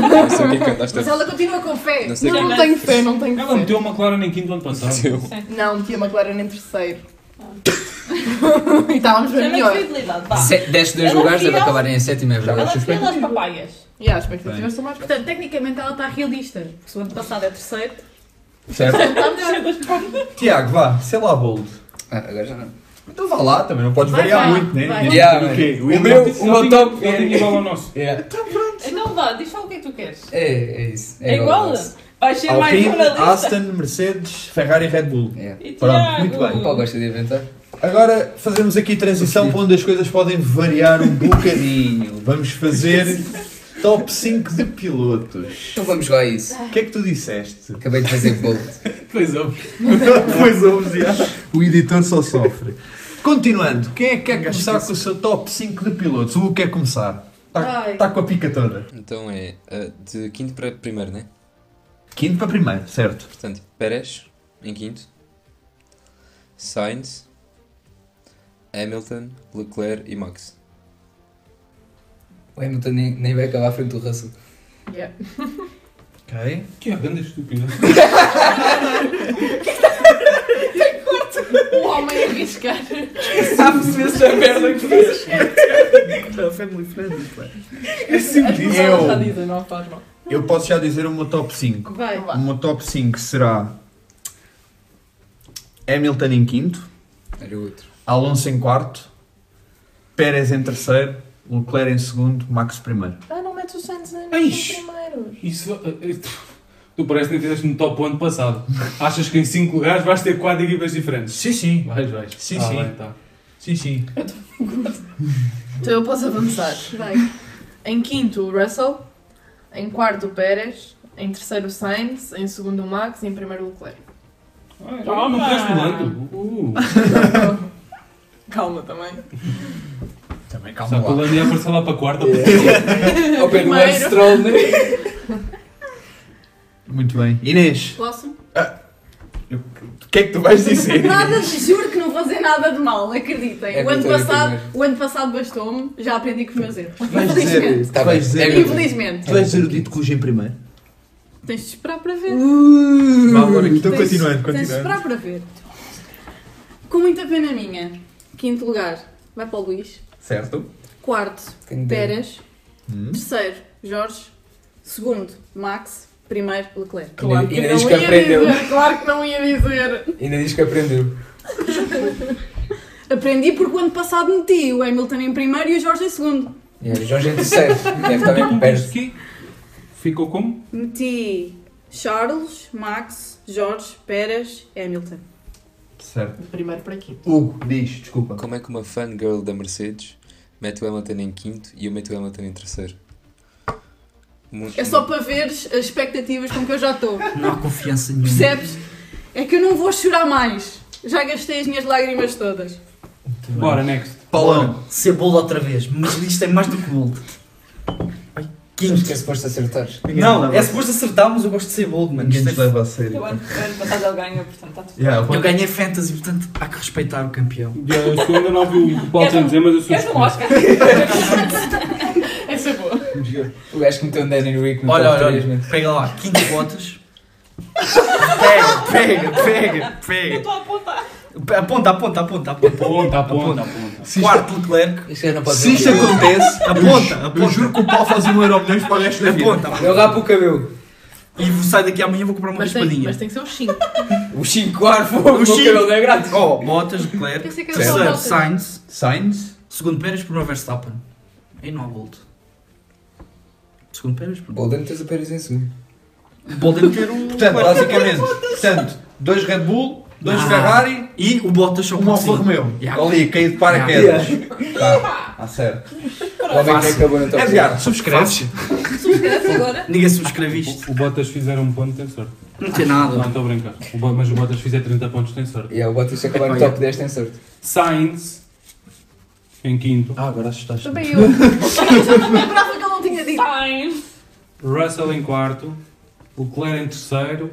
não sei o que é que andaste a Mas ela continua com fé. Não sei o que Não, não tenho fé, não tenho Ela fé. meteu a McLaren em quinto ano passado. aconteceu. Não, metia a McLaren em terceiro. e estávamos bem Também melhor. credibilidade, vá. Se, desce dois Ela lugares, deve fiel- acabarem em sétimo, é Ela verdade. fila as papaias. E as expectativas são mais Portanto, tecnicamente ela está realista. Porque se o ano passado é terceiro, Certo? está melhor. Tiago, vá, sei lá, bold. Ah, agora já não. Então vá lá, também não podes Vai, variar vai, muito, né? vai. Diz-me Yeah, o quê? Ele O tinha- meu. ele o meu tinha- top ele é- tinha igual ao nosso. Então vá, diz só o que é que tu queres. É, é isso. É igual? Vai ser mais Alpine, jornalista. Aston, Mercedes, Ferrari e Red Bull. É. E Pronto, Tiago? muito bem. O Paulo gosta de inventar. Agora fazemos aqui transição para onde as coisas podem variar um bocadinho. Vamos fazer top 5 de pilotos. Então vamos lá a isso. O que é que tu disseste? Acabei de fazer bolo. Pois é. Depois ouves e achas. O editor só sofre. Continuando, quem é que quer começar com o seu top 5 de pilotos? O Hugo quer começar. Está Ai. com a pica toda. Então é ah, de quinto para primeiro, né? Quinto para primeiro, certo. Portanto, Pérez em quinto, Sainz, Hamilton, Leclerc e Max. O Hamilton nem, nem vai acabar à frente do Russell. Yeah. Ok. Que é grande estúpida. O homem a arriscar. Sabe-se essa merda que fez. É assim As pessoas Eu. já dizem, não faz mal. Eu posso já dizer o meu top 5. Vai. O meu top 5 será Hamilton em quinto. Era o outro. Alonso em quarto, Pérez em terceiro, Leclerc em segundo, Max primeiro. Ah, não metes os Santos em Eish. primeiros. Isso. eh, ah, ah, Tu parece que nem fizeste no top ano passado. Achas que em 5 lugares vais ter 4 equipas diferentes? Sim, sim. Vais, vais. Sim, Ah, sim. bem, tá. Sim, sim. Então eu posso avançar. Vai. Em quinto, o Russell. Em quarto, o Pérez. Em terceiro, o Sainz. Em segundo, o Max. E em primeiro, o Leclerc. Ah, não fizeste um ano. Uh, Calma também. Também só que o Lani ia aparecer lá para a É. quarta. Ao pé do Primeiro. Lance Stroll, né? Muito bem. Inês, Próximo. o que é que tu vais dizer? Nada, juro que não vou dizer nada de mal, acreditem. É o, ano que eu estou a passado, entender. o ano passado bastou-me, já aprendi com os meus erros. Vais dizer, Infelizmente. Tá vais bem. dizer, Infelizmente. tu vais dizer o dito cujo em primeiro. Tens de esperar para ver. Vá, amor, então continuando, Tens- Tens de continuando. esperar para ver. Com muita pena minha. Quinto lugar, vai para o Luís. Certo. Quarto, Tenho de- Pérez. Hum? Terceiro, Jorge. Segundo, Max. Primeiro, Leclerc. Ainda ainda diz não que ia aprendeu. dizer, claro que não ia dizer. Ainda diz que aprendeu. Aprendi porque o ano passado meti o Hamilton em primeiro e o Jorge em segundo. É, Jorge em terceiro. Deve estar bem com Pérez. Aqui ficou como? Meti Charles, Max, Jorge, Pérez, Hamilton. Certo. De primeiro para quinto. Hugo, diz, desculpa. Como é que uma fangirl da Mercedes mete o Hamilton em quinto e eu meto o Hamilton em terceiro? Muito- É só para veres as expectativas com que eu já estou. Não há confiança nenhuma. Percebes? É que eu não vou chorar mais. Já gastei as minhas lágrimas todas. Bora, next. Paulão, Ser bolo outra vez, mas isto é mais do que bolo. Acho que é suposto acertar. ninguém te Não, leva- é suposto acertar, mas eu gosto de ser bolo, mano. Ninguém Isto é- nos leva a sério. O ano o ano passado ele ganhou, portanto está tudo. Yeah, Eu eu- ganhei fantasy, portanto há que respeitar o campeão. Já, Eu sou- ainda não ouvi o que o Paulo tem a dizer, mas eu sou. Queres um Oscar? Essa é boa. O gajo que meteu um 10 no Rick no Olha, top olha, três, olha, mano. pega lá, 15 votos. Pega, pega, pega, Eu pega. estou a apontar. Aponta, aponta, aponta, aponta. Aponta, aponta, aponta. Se isto- Quarto Leclerc, Este gajo não pode Se isto dizer. acontece, aponta, eu, eu juro aponta. que o Paulo faz um euro milhões para o resto da vida. Aponta, aponta. Eu rapo o cabelo. E vou sair daqui amanhã e vou comprar uma Mas tem, raspadinha. mas tem que ser um os cinco. O 5 ar, fogo, o meu cinco. cabelo não é grátis. Oh, Bottas, Leclerc, Pensei que era só terceiro Bottas. Sainz, Sainz? segundo Pérez, primeiro Verstappen. Aí não há volto. Segundo Pérez, primeiro. Bolden tens o Pérez em segundo. Bolden ter o. Portanto, Leclerc. basicamente, portanto, dois Red Bull, dois Ah. Ferrari, E o Bottas só um pode Alfa ser. Romeo. Yeah. Ali, caído de paraquedas. Tá, ah, certo. É O homem que acabou no top Edgar, Subscreves? Subscreves um agora? Ninguém subscreve isto. O, o Bottas fizeram um ponto, tem sorte. Não tem Não, nada. estou a brincar. O Bo- mas o Bottas fizer 30 pontos, tem sorte. E é o Bottas se acabar no Epá, top 10 tem sorte. Sainz, em quinto. Ah, agora assustaste. Também eu. Eu já não me lembrava que ele não tinha time! Russell em quarto, Leclerc em terceiro,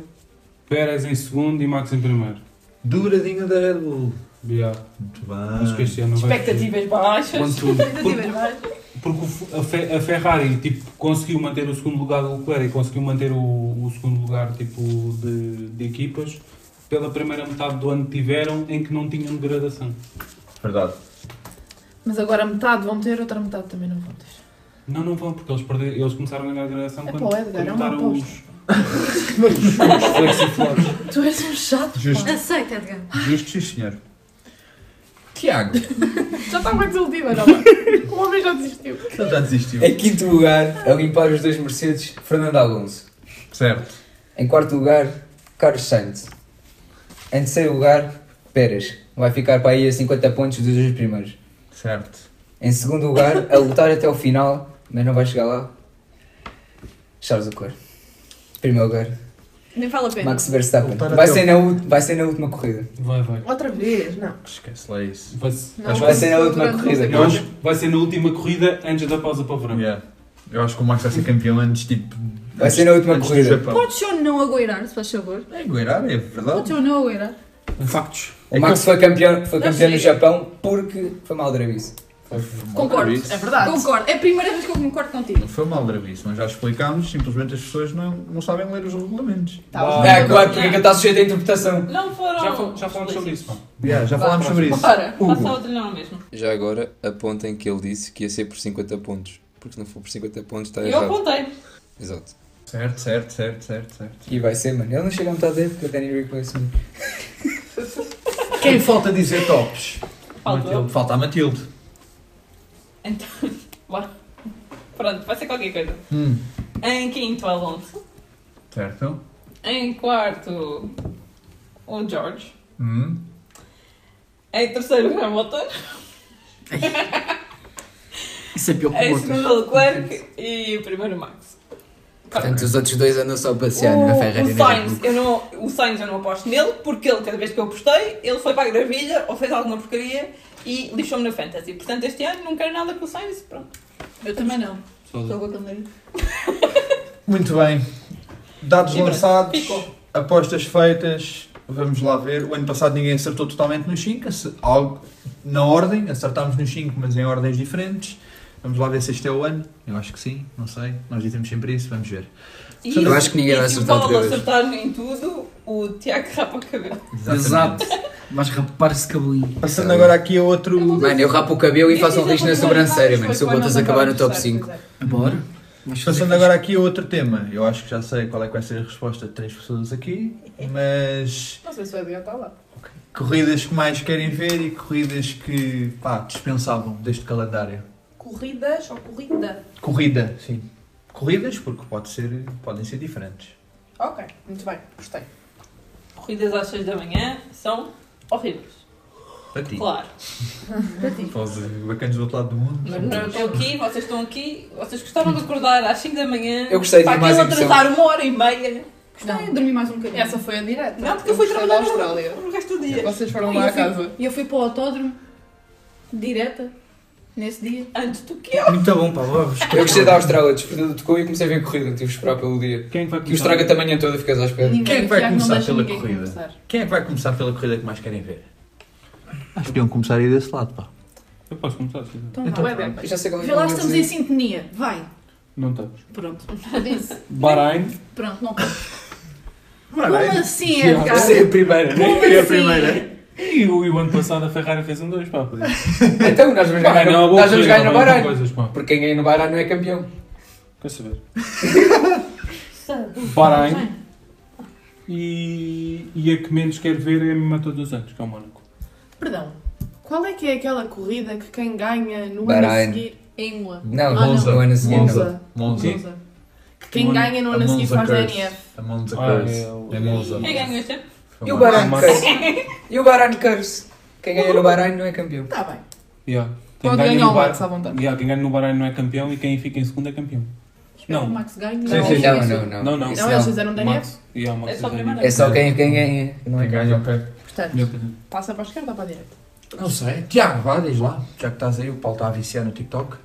Pérez em segundo e Max em primeiro. Duradinha da Red Bull. Yeah. Muito Acho que bem. este ano vai Expectativas baixas. Quanto- Porque, porque o Fe- a, Fe- a Ferrari tipo, conseguiu manter o segundo lugar do Leclerc e conseguiu manter o, o segundo lugar tipo, de, de equipas pela primeira metade do ano que tiveram em que não tinham degradação. Verdade. Mas agora metade vão ter, outra metade também não vão ter. Não, não vão, porque eles, perderam, eles começaram a ganhar degradação É quando, para o Edgar, quando é uma botaram os, aposta. os flexiflores. Tu és um chato. Justo, Aceita, Edgar. justo, sim, senhor. Tiago, Já estava desiludida, não é? O homem já desistiu. Ele já desistiu. em quinto lugar, a limpar os dois Mercedes, Fernando Alonso. Certo. Em quarto lugar, Carlos Sainz. Em terceiro lugar, Pérez. Vai ficar para aí a 50 pontos dos dois primeiros. Certo. Em segundo lugar, a lutar até o final, mas não vai chegar lá. Charles Leclerc. Primeiro lugar, Nem vale a pena. Max Verstappen. Lutar Vai até ser, na, ul- vai ser na última corrida. Vai, vai. Outra vez, não. Esquece lá isso. Vai ser, Não, Acho que vai ser na não, última não, não sei corrida. quê. eu acho que vai ser na última corrida antes da pausa para o verão. Yeah. Eu acho que o Max vai ser campeão antes, tipo. Vai ser na última antes do corrida. Japão. Podes ou não agueirar, se faz favor? É, Guerreiro, é Podes verdade. É ou não agueirar? Factos. O Max foi campeão, foi Não campeão no chega. Japão porque foi mal drabice. Concordo. É Ah. verdade. Concordo. É a primeira vez que eu concordo contigo. Foi mal gravíssimo, mas já explicámos, simplesmente as pessoas não, não sabem ler os regulamentos. Tá Ah, é, claro, porque é que está sujeito à interpretação. Não foram. Já, fal- já falamos sobre isso. pá. já falámos sobre isso. Bora, passa outro não mesmo. Já agora, apontem que ele disse que ia ser por 50 pontos. Porque se não for por 50 pontos, Tá, está Eu errado. apontei. Exato. Certo, certo, certo, certo, certo. E vai ser, mano. Ele não chega a metade da época, Danny Replacement. Quem falta dizer tops? Faltou. Falta a Matilde. Então, vá. Pronto, vai ser qualquer coisa. Hum. Em quinto, Alonso. Certo. Em quarto, o George. Hum. Em terceiro, Hamilton. Isso é pior que Em outras. segundo, Leclerc. E primeiro, Max. Portanto, os outros dois andam só passeando na o, Ferrari o e na Red Sainz, Bull. eu não, o Sainz eu não aposto nele, porque ele, cada vez que eu apostei, ele foi para a gravilha ou fez alguma porcaria e lixou-me na fantasy. Portanto, este ano não quero nada com o Sainz. Pronto, Eu também não. Só- Estou com aquele nariz. Muito bem. Dados E pronto, lançados, ficou. apostas feitas, vamos lá ver. O ano passado ninguém acertou totalmente nos 5, algo na ordem, acertámos nos 5, mas em ordens diferentes. Vamos lá ver se este é o ano. Eu acho que sim, não sei. Nós dizemos sempre isso, vamos ver. E, Eu acho que ninguém e vai se o acertar outra Paulo vez. acertar em tudo, o Tiago rapa o cabelo. Exato. Vais rapar esse cabelinho. Passando agora aqui a outro. Mano, eu rapo o cabelo e faço um lixo na sobrancelha, mano. Se eu botas acabar no top 5. Bora. Vais fazer Passando isto. agora aqui a outro tema. Eu acho que já sei qual é que vai ser a resposta de três pessoas aqui, mas Não sei se o Edgar está lá. corridas que mais querem ver e corridas que pá, dispensavam deste calendário. Corridas ou corrida? Corrida, sim. Corridas, porque pode ser, podem ser diferentes. Ok, muito bem, gostei. Corridas às 6 da manhã são horríveis. Para ti. Claro. Para os bacanas do outro lado do mundo. Mas não, eu estou aqui, vocês estão aqui, vocês gostaram de acordar às 5 da manhã. Eu gostei de para mais aquilo impressão. atrasar uma hora e meia. Gostei de dormir mais um bocadinho. Essa foi a direta. Não, porque eu fui gostei trabalhar da Austrália. O resto do dia. Vocês foram E eu lá à fui- casa. E eu fui para o autódromo, direta, nesse dia. Antes do que eu. Muito bom, pá, vamos. Eu gostei da Austrália, despertador tocou e comecei a ver a corrida. Tive de esperar pelo dia. Quem é que vai Que os traga começar? a manhã toda, ficas à espera. Ninguém, Quem é que vai "Ah, Tiago, não começar deixa pela ninguém corrida? começar. Quem é que vai começar pela corrida que mais querem ver? Acho que iam começar aí desse lado, pá. Eu posso começar, se quiser. Então, Então, vá. pronto. Eu já sei qual é que Vê lá eu se vou estamos em dizer. sintonia. Vai. Não estamos. Pronto. Bahrein. Pronto, não tá- conto. Bahrein. Como assim, Edgar? Essa é a primeira, né? Como assim? E o, e o ano passado a Ferrari fez um 2, pá. Então, nós vamos ganhar Bahrein é uma no- boa nós vamos corrida, ganhar no não é? São Bahrein. coisas, pá. Porque quem ganha no Bahrein não é campeão. Quer saber? Bahrein. E, e a que menos quero ver é a mesma todos os anos, que é o Mónaco. Perdão. Qual é que é aquela corrida que quem ganha no Bahrein. ano a seguir? Imola. Não, Ah, no ano a seguir não. Monza. Monza. Sim. Monza. Que um quem Mon- ganha no ano a seguir faz DNF. A Monza Ah, Curse. é o- É Monza. Quem ganhou este ano? E o Bahrein curse. E o Bahrein curse. Quem ganha no Bahrein não é campeão. Está Tá bem. Yeah. Quem Pode ganha ganhar no o Bahrein- Max à vontade. Yeah, quem ganha no Bahrein não é campeão e quem fica em segundo é campeão. O Não, Max ganha. Sim, sim, Não, não, não. não, não. Isso Não, é eles fizeram DNF. Max, yeah, Max É só ganha. primeiro. É só quem, quem ganha. Não é Quem ganha um o pé. Portanto, Meu Deus. passa para a esquerda ou para a direita? Não sei. Tiago, vá, diz lá. Já que estás aí, o Paulo está a viciar no TikTok.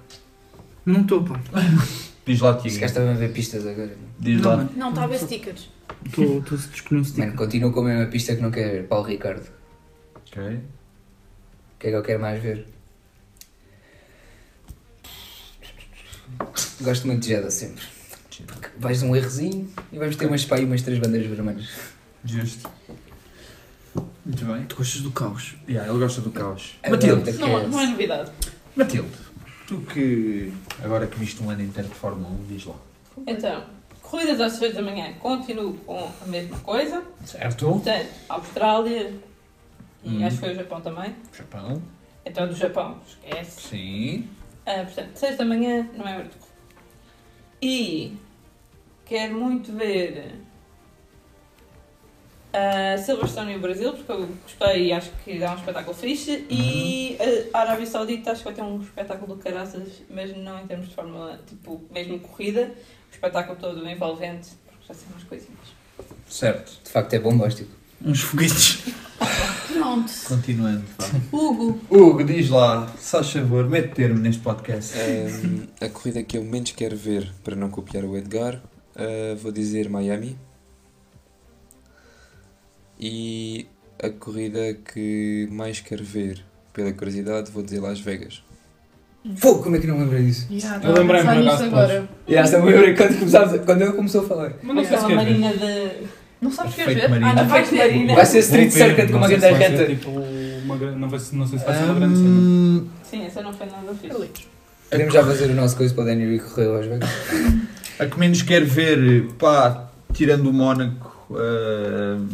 Não estou, pá. Diz lá, Esse Tiga. gajo estava a ver pistas agora. Diz Não, lá. mano, Não, talvez stickers. estou estou a escolher um Mano, sticker. continuo com a mesma pista que não quero ver. Paulo Ricardo. Ok. O que é que eu quero mais ver? Gosto muito de Jedi sempre. Porque vais um errozinho e vamos ter umas, pá, aí umas três bandeiras vermelhas. Justo. Muito bem. Tu gostas do caos. Yeah, ele gosta do caos. A Matilde. banda que Não, é- não é novidade. Matilde, tu que agora que viste um ano inteiro de Fórmula 1, diz lá. Então, corridas às 6 da manhã, continuo com a mesma coisa. Certo. Portanto, Austrália e Hum. acho que foi o Japão também. Japão. Então, do Japão, esquece. Sim. Ah, portanto, 6 da manhã não é hora de correr. E quero muito ver ah, a Silverstone no Brasil, porque eu gostei e acho que dá um espetáculo fixe. E Uhum. ah, a Arábia Saudita acho que vai ter um espetáculo de caraças, mas não em termos de fórmula, tipo, mesmo corrida. O espetáculo todo envolvente, porque já sei umas coisinhas. Certo. De facto é bombástico. Uns foguetes. Pronto. Continuando. vá. Hugo. Hugo, diz lá, se faz favor, mete termo neste podcast. Ahm, a corrida que eu menos quero ver, para não copiar o Edgar, ah, vou dizer Miami. E a corrida que mais quero ver, pela curiosidade, vou dizer Las Vegas. Fogo, como é que não me lembrei disso? Yeah, Eu estava a lembrei-me, pensar por nisto acaso, agora. E essa me lembrei quando, começámos a- quando ele começou a falar. Mas não sei se Aquela quer ver. marina de. Não sabes queres Fake ver? Marina. Ah, não vais Fake ver. Marina. Vai ser street Vou ver, circuit com não uma sei grande se vai ser, reta. tipo, uma gran- não, vai, ser- não sei se vai Ah. ser uma grande cena. Hum, Ahm, Sim, essa não foi nada fixe. Ali. Podemos já fazer o nosso coisa para o Daniel e correr às vezes. a que menos quero ver, pá, tirando o Mónaco, ahm,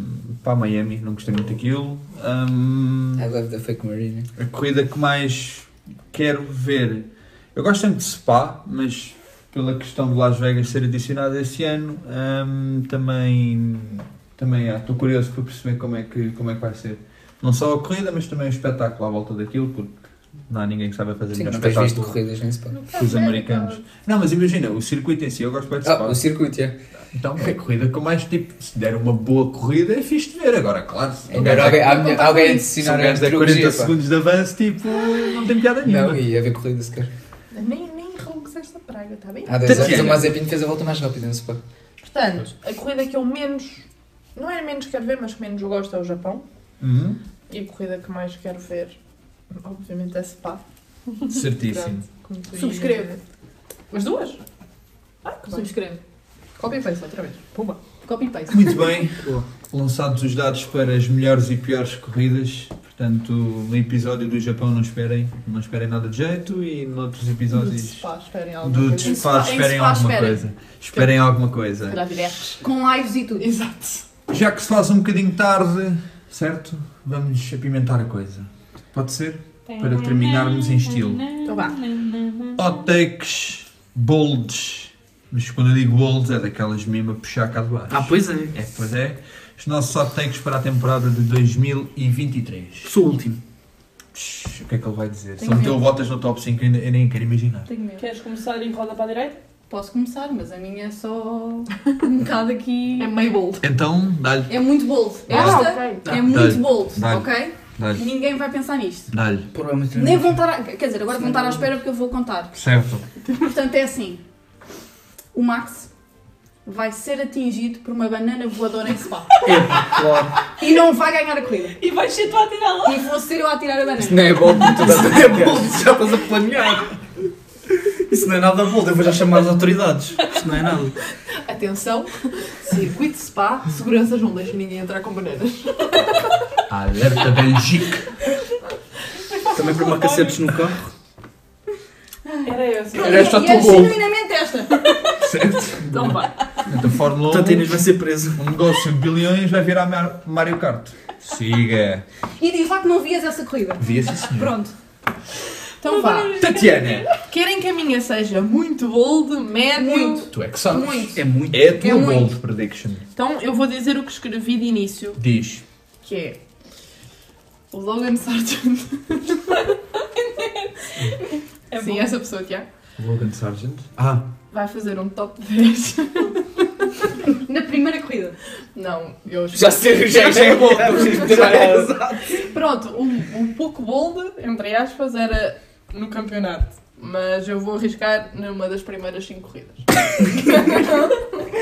pá, Miami, não gostei muito daquilo. Ahm, I love the fake Marina. a corrida que mais quero ver, eu gosto tanto de Spa, mas pela questão de Las Vegas ser adicionada esse ano, ahm, também também há. estou curioso para perceber como é, que, como é que vai ser. Não só a corrida, mas também o espetáculo à volta daquilo, porque não há ninguém que saiba fazer Sim, melhor tu tens visto espetáculo. corridas nem se pode. que é os americanos. Não, mas imagina, o circuito em si, eu gosto bem de Spa. Ah, o circuito, é. Então, é a corrida com mais tipo, se der uma boa corrida, é fixe de ver. Agora, claro, se um Agora gajo alguém, der- alguém, alguém a se um ensinar gajo a der 40 trilogia, pá. segundos de avanço, tipo, não tem piada nenhuma. Não, e haver corrida se calhar. Nem, nem rompes esta praga, está bem? Há 10 anos Tatiana. o Mazepin fez a volta mais rápida, não se pode. Portanto, a corrida que eu menos. Não é menos quero ver, mas que menos gosto é o Japão. Uhum. E a corrida que mais quero ver, obviamente, é Spa. Certíssimo. como tu Subscrevo. As duas? Ah, que bem. Subscreve. Copy e paste outra vez. Pumba. Copy paste. Muito bem, lançados os dados para as melhores e piores corridas. Portanto, no episódio do Japão não esperem, não esperem nada de jeito e noutros Do episódios Spa, esperem alguma do coisa. Spa Em esperem Spa, alguma esperem. coisa. Esperem alguma coisa. Será diretos. Com lives e tudo. Exato. Já que se faz um bocadinho tarde, certo? Vamos apimentar a coisa. Pode ser? Para terminarmos em estilo. Então vá. Hot takes, bolds. Mas quando eu digo bolds é daquelas mesmo a puxar cá de baixo. Ah, pois é. É, pois é. Os nossos hot takes para a temporada de 2023. Sou o último. Psh, O que é que ele vai dizer? Se Tenho ele meteu medo. botas no top 5, eu nem- eu nem quero imaginar. Tenho medo. Queres começar em roda para a direita? Posso começar, mas a minha é só um bocado aqui. É meio bold. Então, dá-lhe, É muito bold. Ah, Esta ok. é muito dá-lhe, bold, dá-lhe. ok? dá-lhe, Ninguém vai pensar nisto. dá-lhe. Provavelmente Nem vão estar. a- Quer dizer, agora vão estar à espera porque eu vou contar. Certo. Portanto, é assim: o Max vai ser atingido por uma banana voadora em spa. E não vai ganhar a corrida. E vais ser tu a tirá-la? E vou ser eu a tirar a banana. Não é bom, tu estás a É bom, já estás a planear. Isso não é nada bom, eu vou já chamar as autoridades. Isso não é nada. Atenção. Circuito Spa. Seguranças não deixam ninguém entrar com bananas. Alerta Belgique. Também para macacetes no carro. Era eu, sim. Era esta a e tua é bold. genuinamente esta. Então vá. Portanto, a Fórmula 1. Portanto, a Inês vai ser presa. Um negócio de bilhões vai virar Mar- Mario Kart. Siga. E diz lá que não vias essa corrida. Vi essa senhora. Pronto. Então vá. Tatiana, Querem que a minha seja muito bold, médio? Muito. tu é que sabes. Muito. É muito. É a tua É muito. bold prediction. Então eu vou dizer o que escrevi de início, Diz. que é o Logan Sargent. É Sim, bom. essa pessoa que é. Logan Sargent. Ah, Vai fazer um top 10. Na primeira corrida. Não, eu Já sei, já, já é bom. um, Pronto, o, o pouco bold, entre aspas, era no campeonato. Mas eu vou arriscar numa das primeiras 5 corridas.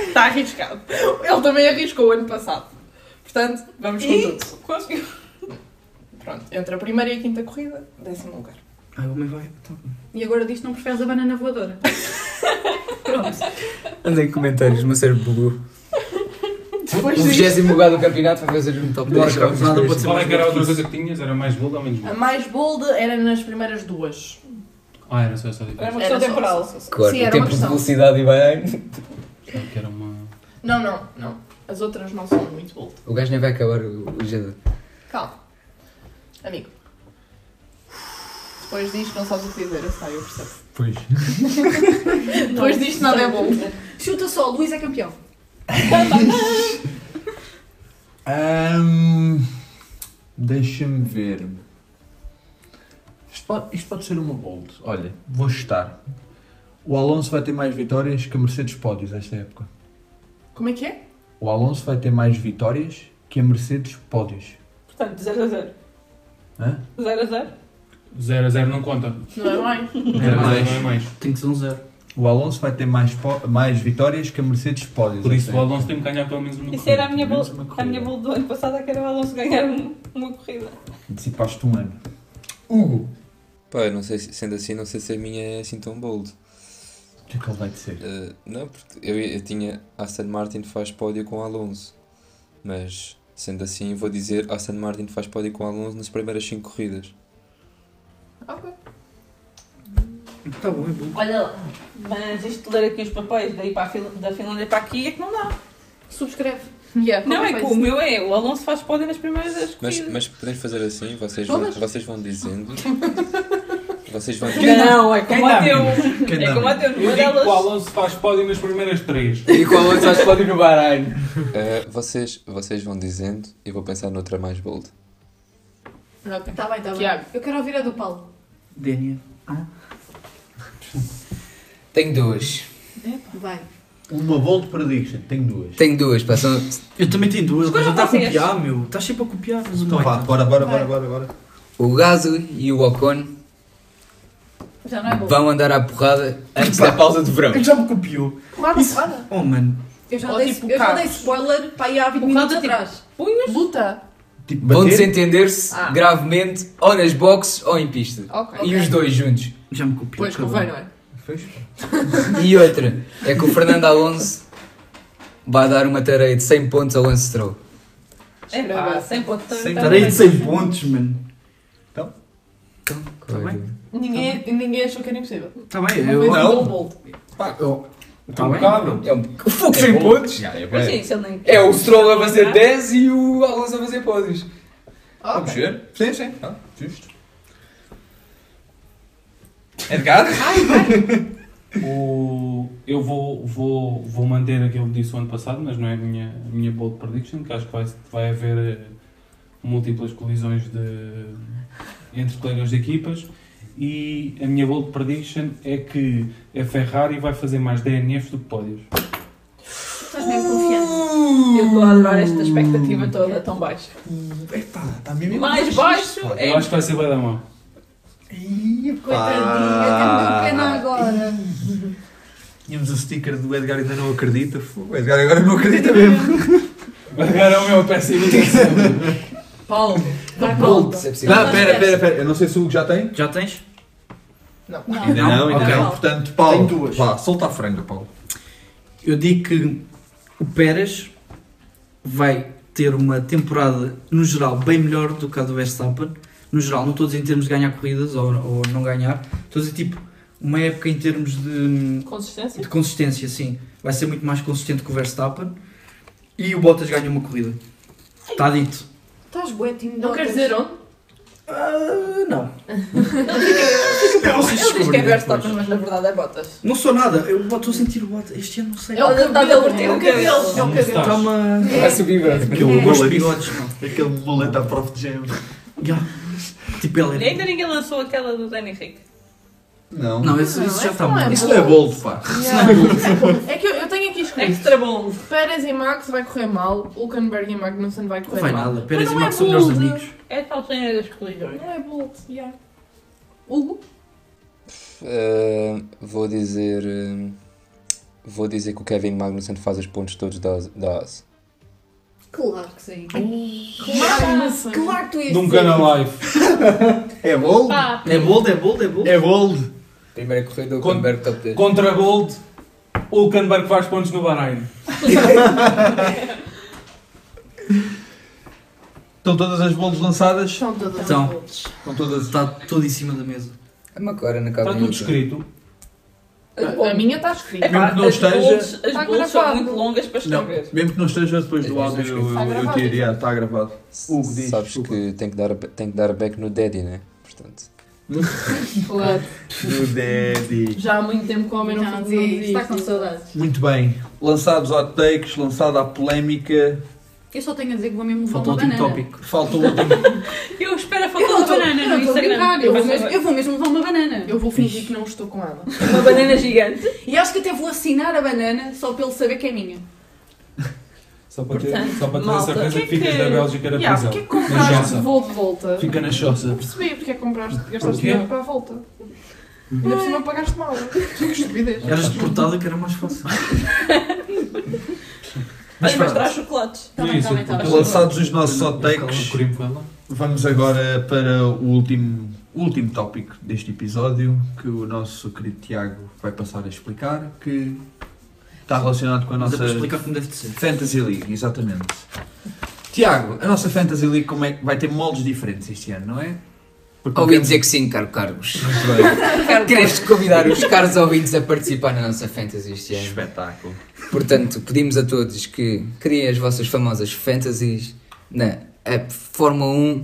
Está arriscado. Ele também arriscou o ano passado. Portanto, vamos com tudo. Conseguiu. Pronto, entre a primeira e a quinta corrida, décimo lugar. Ah, o meu vai. Então. E agora disto não preferes a banana voadora. Pronto. Andei em comentários, o meu cérebro bugou. Depois o disto- 20 lugar do campeonato vai fazer um top Bora, 10. Carlos, nada pode ser Qual é mais que era a outra difícil. coisa que tinhas? Era mais bold ou menos A bold? mais bold era nas primeiras duas. Ah, era só essa diferença. Era uma questão só- temporal. só- só- só- Claro, Sim, o era uma tempo de questão. velocidade e vai. Achava que era uma. Não, não, não. As outras não são muito bold. O gajo nem vai acabar o o gerador. Calma. Amigo. Depois disto não sabes o que dizer, eu sei, eu percebo. Pois. Depois disto nada é bom. Chuta só, Luís é campeão. Ahm, ehm, Deixa-me ver. Isto pode, isto pode ser uma bold. Olha, vou estar. O Alonso vai ter mais vitórias que a Mercedes pódios esta época. Como é que é? O Alonso vai ter mais vitórias que a Mercedes pódios. Portanto, 0 a 0. Hã? 0 a 0? 0 a 0 não conta. Não é mais? Zero a zero Não é mais. Tem que ser um zero. O Alonso vai ter mais, po- mais vitórias que a Mercedes pódios. Por isso esta o época. Alonso tem que ganhar pelo menos uma Isso corrida. era a minha Pelo bola, menos uma a corrida. minha bola do ano passado, é que era o Alonso ganhar um- uma corrida. Antecipaste um ano. Hugo! Pá, eu não sei, se- sendo assim, não sei se a minha é assim tão bold. O que é que ele vai dizer? Eh, não, porque eu, eu tinha Aston Martin faz pódio com Alonso. Mas, sendo assim, vou dizer Aston Martin faz pódio com Alonso nas primeiras 5 corridas. Ok. Tá bom, é bom. Olha lá. Mas isto de ler aqui os papéis, daí para a Fin- da Finlândia para aqui, é que não dá. Subscreve. Yeah, Não, é que coisa. o meu é. O Alonso faz pódio nas primeiras das Mas, corridas. mas podemos fazer assim, vocês vão, Todas? vocês vão dizendo. Vocês vão Não, é como Quem dá a teu. Quem É dá como a teu. Uma Eu digo que o delas. Alonso faz pódio nas primeiras 3. E é com o Alonso faz pódio no Bahrein. Eh, vocês, vocês vão dizendo e vou pensar noutra mais bold. Ok. Tá bem, tá bem. Tiago. Eu quero ouvir a do Paulo. Dénia. Tenho duas. Vai. Uma bold prediction, tenho duas. Tenho duas, pá. São... Eu também tenho duas, mas Escolha já está a vocês. copiar, meu. Estás sempre a copiar, mas é Então vá, bora, bora, bora, bora, bora. O Gasly e o Ocon Já não é bom. vão andar à porrada antes da pausa de verão. já me copiou. Porrada, Isso- porrada. Oh, mano. Eu já, Ou dei, tipo eu já carros. dei spoiler para aí há 20 O minutos Raul tipo- atrás. Punhos. Luta. Tipo, Vão bater? desentender-se Ah. gravemente ou nas boxes ou em pista. Ok. E os dois juntos. Já me copiou. Pois, acabou. convém, não é? Fez? E outra é que o Fernando Alonso vai dar uma tareia de 100 pontos ao Lance Stroll. É pá, sem ponto. Sem tá- Estarei de 100 pontos, mano. Claro. bem. Ninguém, ninguém achou que era impossível. Está Tá bem, Não foi eu... tão bold. Pá, eu- Tá bem. Impecável. É um... O fogo 100 pontos? Mas sim, se ele nem É o Stroll a fazer 10 e o Alonso a fazer pódios. Vamos Ok. ver? Ah, tá. Sim, sim. Ah, justo. É Edgar? O... Eu vou, vou, vou manter aquilo que disse o ano passado, mas não é a minha, a minha bold prediction, que acho que vai, vai haver eh, múltiplas colisões de... entre colegas de equipas. E a minha bold prediction é que a Ferrari vai fazer mais DNFs do que pódios. Estás mesmo "Uh, confiante. Eu estou a adorar esta expectativa toda tão baixa. Está tá mesmo Mais baixo. É Eu acho que vai ser bem da mão. Coitadinha, tenho pena agora. Tínhamos o sticker do Edgar ainda não acredita. Fogo, O Edgar agora não acredita mesmo. Agora é o meu péssimo exemplo. Paulo. Vai, Paulo. Bolt, se é possível. Não, pera, pera, pera. Eu não sei se o Hugo já tem. Já tens? Não. Não. Ainda não, ainda Ok. não. Portanto, Paulo. Tenho duas. Vá, solta a franga, Paulo. Eu digo que o Pérez vai ter uma temporada, no geral, bem melhor do que a do Verstappen. No geral, não estou a dizer em termos de ganhar corridas ou, ou não ganhar. Estou a dizer, tipo, uma época em termos de... hum, Consistência. De consistência, sim. Vai ser muito mais consistente que o Verstappen. E o Bottas ganha uma corrida. Está dito. Estás boetinho. Não quer dizer onde? Ah, não. Ele diz que é Verstappen, mas na verdade é Bottas. Não sou nada. Eu estou a sentir o Bottas. Este ano não sei. É o Ele está a cabelo, curtir é o o cabelo. cabelo. É um Está mustache. uma... Vai subir, bro. Eu É. gosto de bigodes, pá. Aquele muleta à prof de gêmeos. Ya. Tipo, ela E ainda é... um. ninguém lançou aquela do Dani Henrique. Não. Não, isso, Não, isso já essa tá está não é muito. Isso não é bold, pá. É que eu, eu tenho aqui escrito. Extra bom. Pérez e Max vai correr mal. Hulkenberg e Magnussen vai Não correr vai mal. nada. Pérez Mas e não Max é são melhores bold. amigos. É tal cena das colisões. Não é bold, já. Hugo? eh, vou dizer. eh, vou dizer que o Kevin Magnussen faz os pontos todos da, da AS. Claro que sim. Magnussen. Claro, claro que tu ias Nunca dizer. na live. É bolo? Pá, É bold, é bold, é bold. É bold. Primeira corrida, o Con- Canberg top 10. Contra Gold, o Canberg faz pontos no Bahrein. Estão todas as bolos lançadas? são todas as Então. bolsas. Estão todas. Está tudo em cima da mesa. A McLaren acaba Está tudo em último. escrito. É A a minha está escrita. Mesmo que não esteja. As Tá bolsas são gravado. muito longas para Não, escrever. mesmo que não esteja depois do Está áudio, eu, eu, gravado, eu tiro, já, está gravado. Hugo, diz, Sabes desculpa. que tem que, dar, a- tem que dar a back no Daddy, né? Portanto. Claro. Do Daddy. Já há muito tempo que o homem não Já, fazia não isto. dizia Tá Está com isto. saudades. Muito bem. Lançados hot takes, lançada a polémica. Eu só tenho a dizer que vou mesmo levar Faltou uma tipo o último banana. tópico. Falta o último. Eu espero a Eu foto não da estou banana no a Instagram. brincar, eu vou mesmo- eu vou mesmo levar uma banana. Eu vou fingir que não estou com ela. Uma banana gigante. E acho que até vou assinar a banana só pelo saber que é minha. Só para ter, Portanto, só para ter a malta, certeza que que, é ficas que- da Bélgica na Yeah, prisão. porque é que Na compraste Jossa. voo de volta? Fica na Choça. Percebi porque é que compraste, gastaste Porquê? dinheiro para a volta. Ainda por cima pagaste mal. Que estupidez. É. Eras deportado que era mais fácil. Mas mas traz chocolates. Tá bem, tá bem, tá bem. Lançados os nossos hot O takes, crime foi lá. vamos agora para o último, último tópico deste episódio que o nosso querido Tiago vai passar a explicar, que está relacionado com a Mas é nossa para explicar como deve de ser. Fantasy League, exatamente. Tiago, a nossa Fantasy League como é, que- vai ter moldes diferentes este ano, não é? Porque Ouvi o dizer que sim, caro Carlos. campo- Muito bem. Queremos convidar os caros ouvintes a participar na nossa fantasy este ano. Espetáculo. Portanto, pedimos a todos que criem as vossas famosas fantasies na app Fórmula 1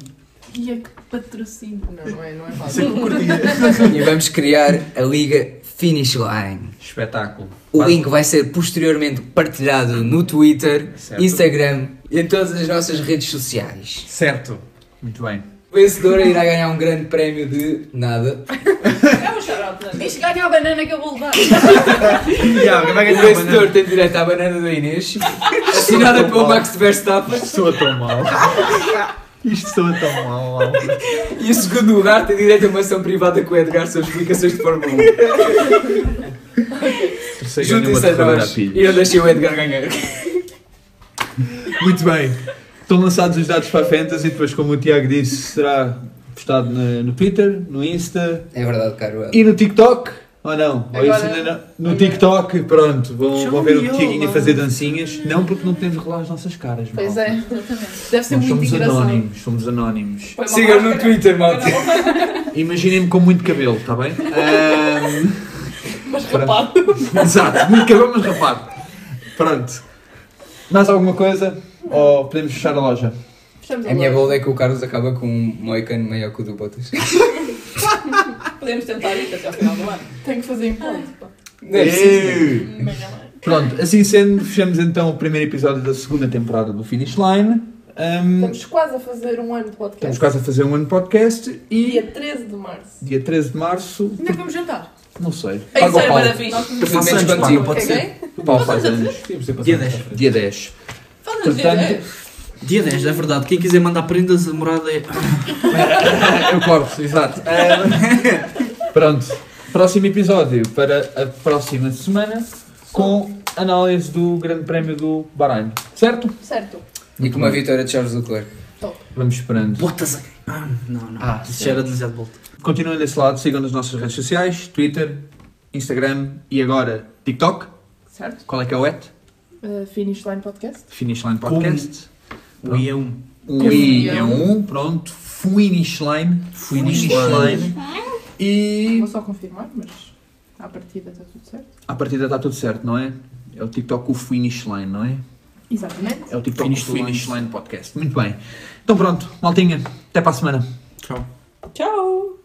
E é que patrocínio. Não, não é, não é Isso é fácil. que eu curtia. e vamos criar a Liga Finish Line. Espetáculo. O Quase- link vai ser posteriormente partilhado no Twitter, Certo. Instagram e em todas as nossas redes sociais. Certo. Muito bem. O vencedor irá ganhar um grande prémio de nada. É um xarope, não é? Diz que ganha a banana que eu vou levar. Tiago, vai O ganhar uma vencedor tem direito à banana da Inês, assinada pelo Max Verstappen. Soa tão mal. Isto soa tão mal. Álvaro. E o segundo lugar tem direito a uma ação privada com o Edgar sobre explicações de Fórmula 1. Terceiro ganhou Juntem-se a uma torradeira nós à e pilha. eu deixei o Edgar ganhar. Muito bem. Estão lançados os dados para a Fantasy e depois, como o Tiago disse, será postado na- no Twitter, no Insta É verdade, Carol. e no TikTok. Ou não? Ou Agora- isso ainda não? No TikTok, pronto, vão, vão ver o Tiaguinho a fazer dancinhas. Não porque não podemos relar as nossas caras, Pois malta. é. Deve ser Nós muito somos engraçado. anónimos, somos anónimos. Foi uma Siga no máscara. Twitter, malta. Imaginem-me com muito cabelo, está bem? Ahm, Mas Para- rapado. Exato, muito cabelo, mas rapado. Pronto. Mais alguma coisa? Ou podemos fechar a loja? Fechamos A minha loja. bola é que o Carlos acaba com um moicano maior que o do Bottas. Podemos tentar isto até ao final do ano. Tenho que fazer em ponto. pá. Não é preciso. Ei! Pronto, assim sendo, fechamos então o primeiro episódio da segunda temporada do Finish Line. Ahm, Estamos quase a fazer um ano de podcast. estamos quase a fazer um ano de podcast e Dia 13 de março. dia 13 de março, Onde é que vamos jantar? não sei. Isso Paga o era pau. maravilhoso. Eu faço Faço menos antes, contigo. pá, pode ser. O Paulo faz anos. Dia 10. Dia 10. Faz uns Portanto, dias. Dia 10, é verdade. Quem quiser mandar prendas, a morada é. eu corto, exato. Ahm, Pronto, próximo episódio para a próxima semana com análise do Grande Prémio do Bahrein, certo? Certo. E com uma vitória de Charles Leclerc. Vamos esperando. Botas a. Ah, não, não. Ah, Isso já era demasiado volta. Continuem desse lado, sigam nas nossas redes sociais, Twitter, Instagram e agora TikTok. Certo. Qual é que é o et? Uh, finish Line Podcast. Finish Line Podcast. O I é um. Um I é um, pronto. Finish Line. Finish Line. E Vou só confirmar, mas à partida está tudo certo. a partida está tudo certo, não é? É o TikTok o Finish Line, não é? Exatamente. É o TikTok Finish o Line. Finish Line Podcast. Muito bem. Então pronto, maltinha. Até para a semana. Tchau. Tchau.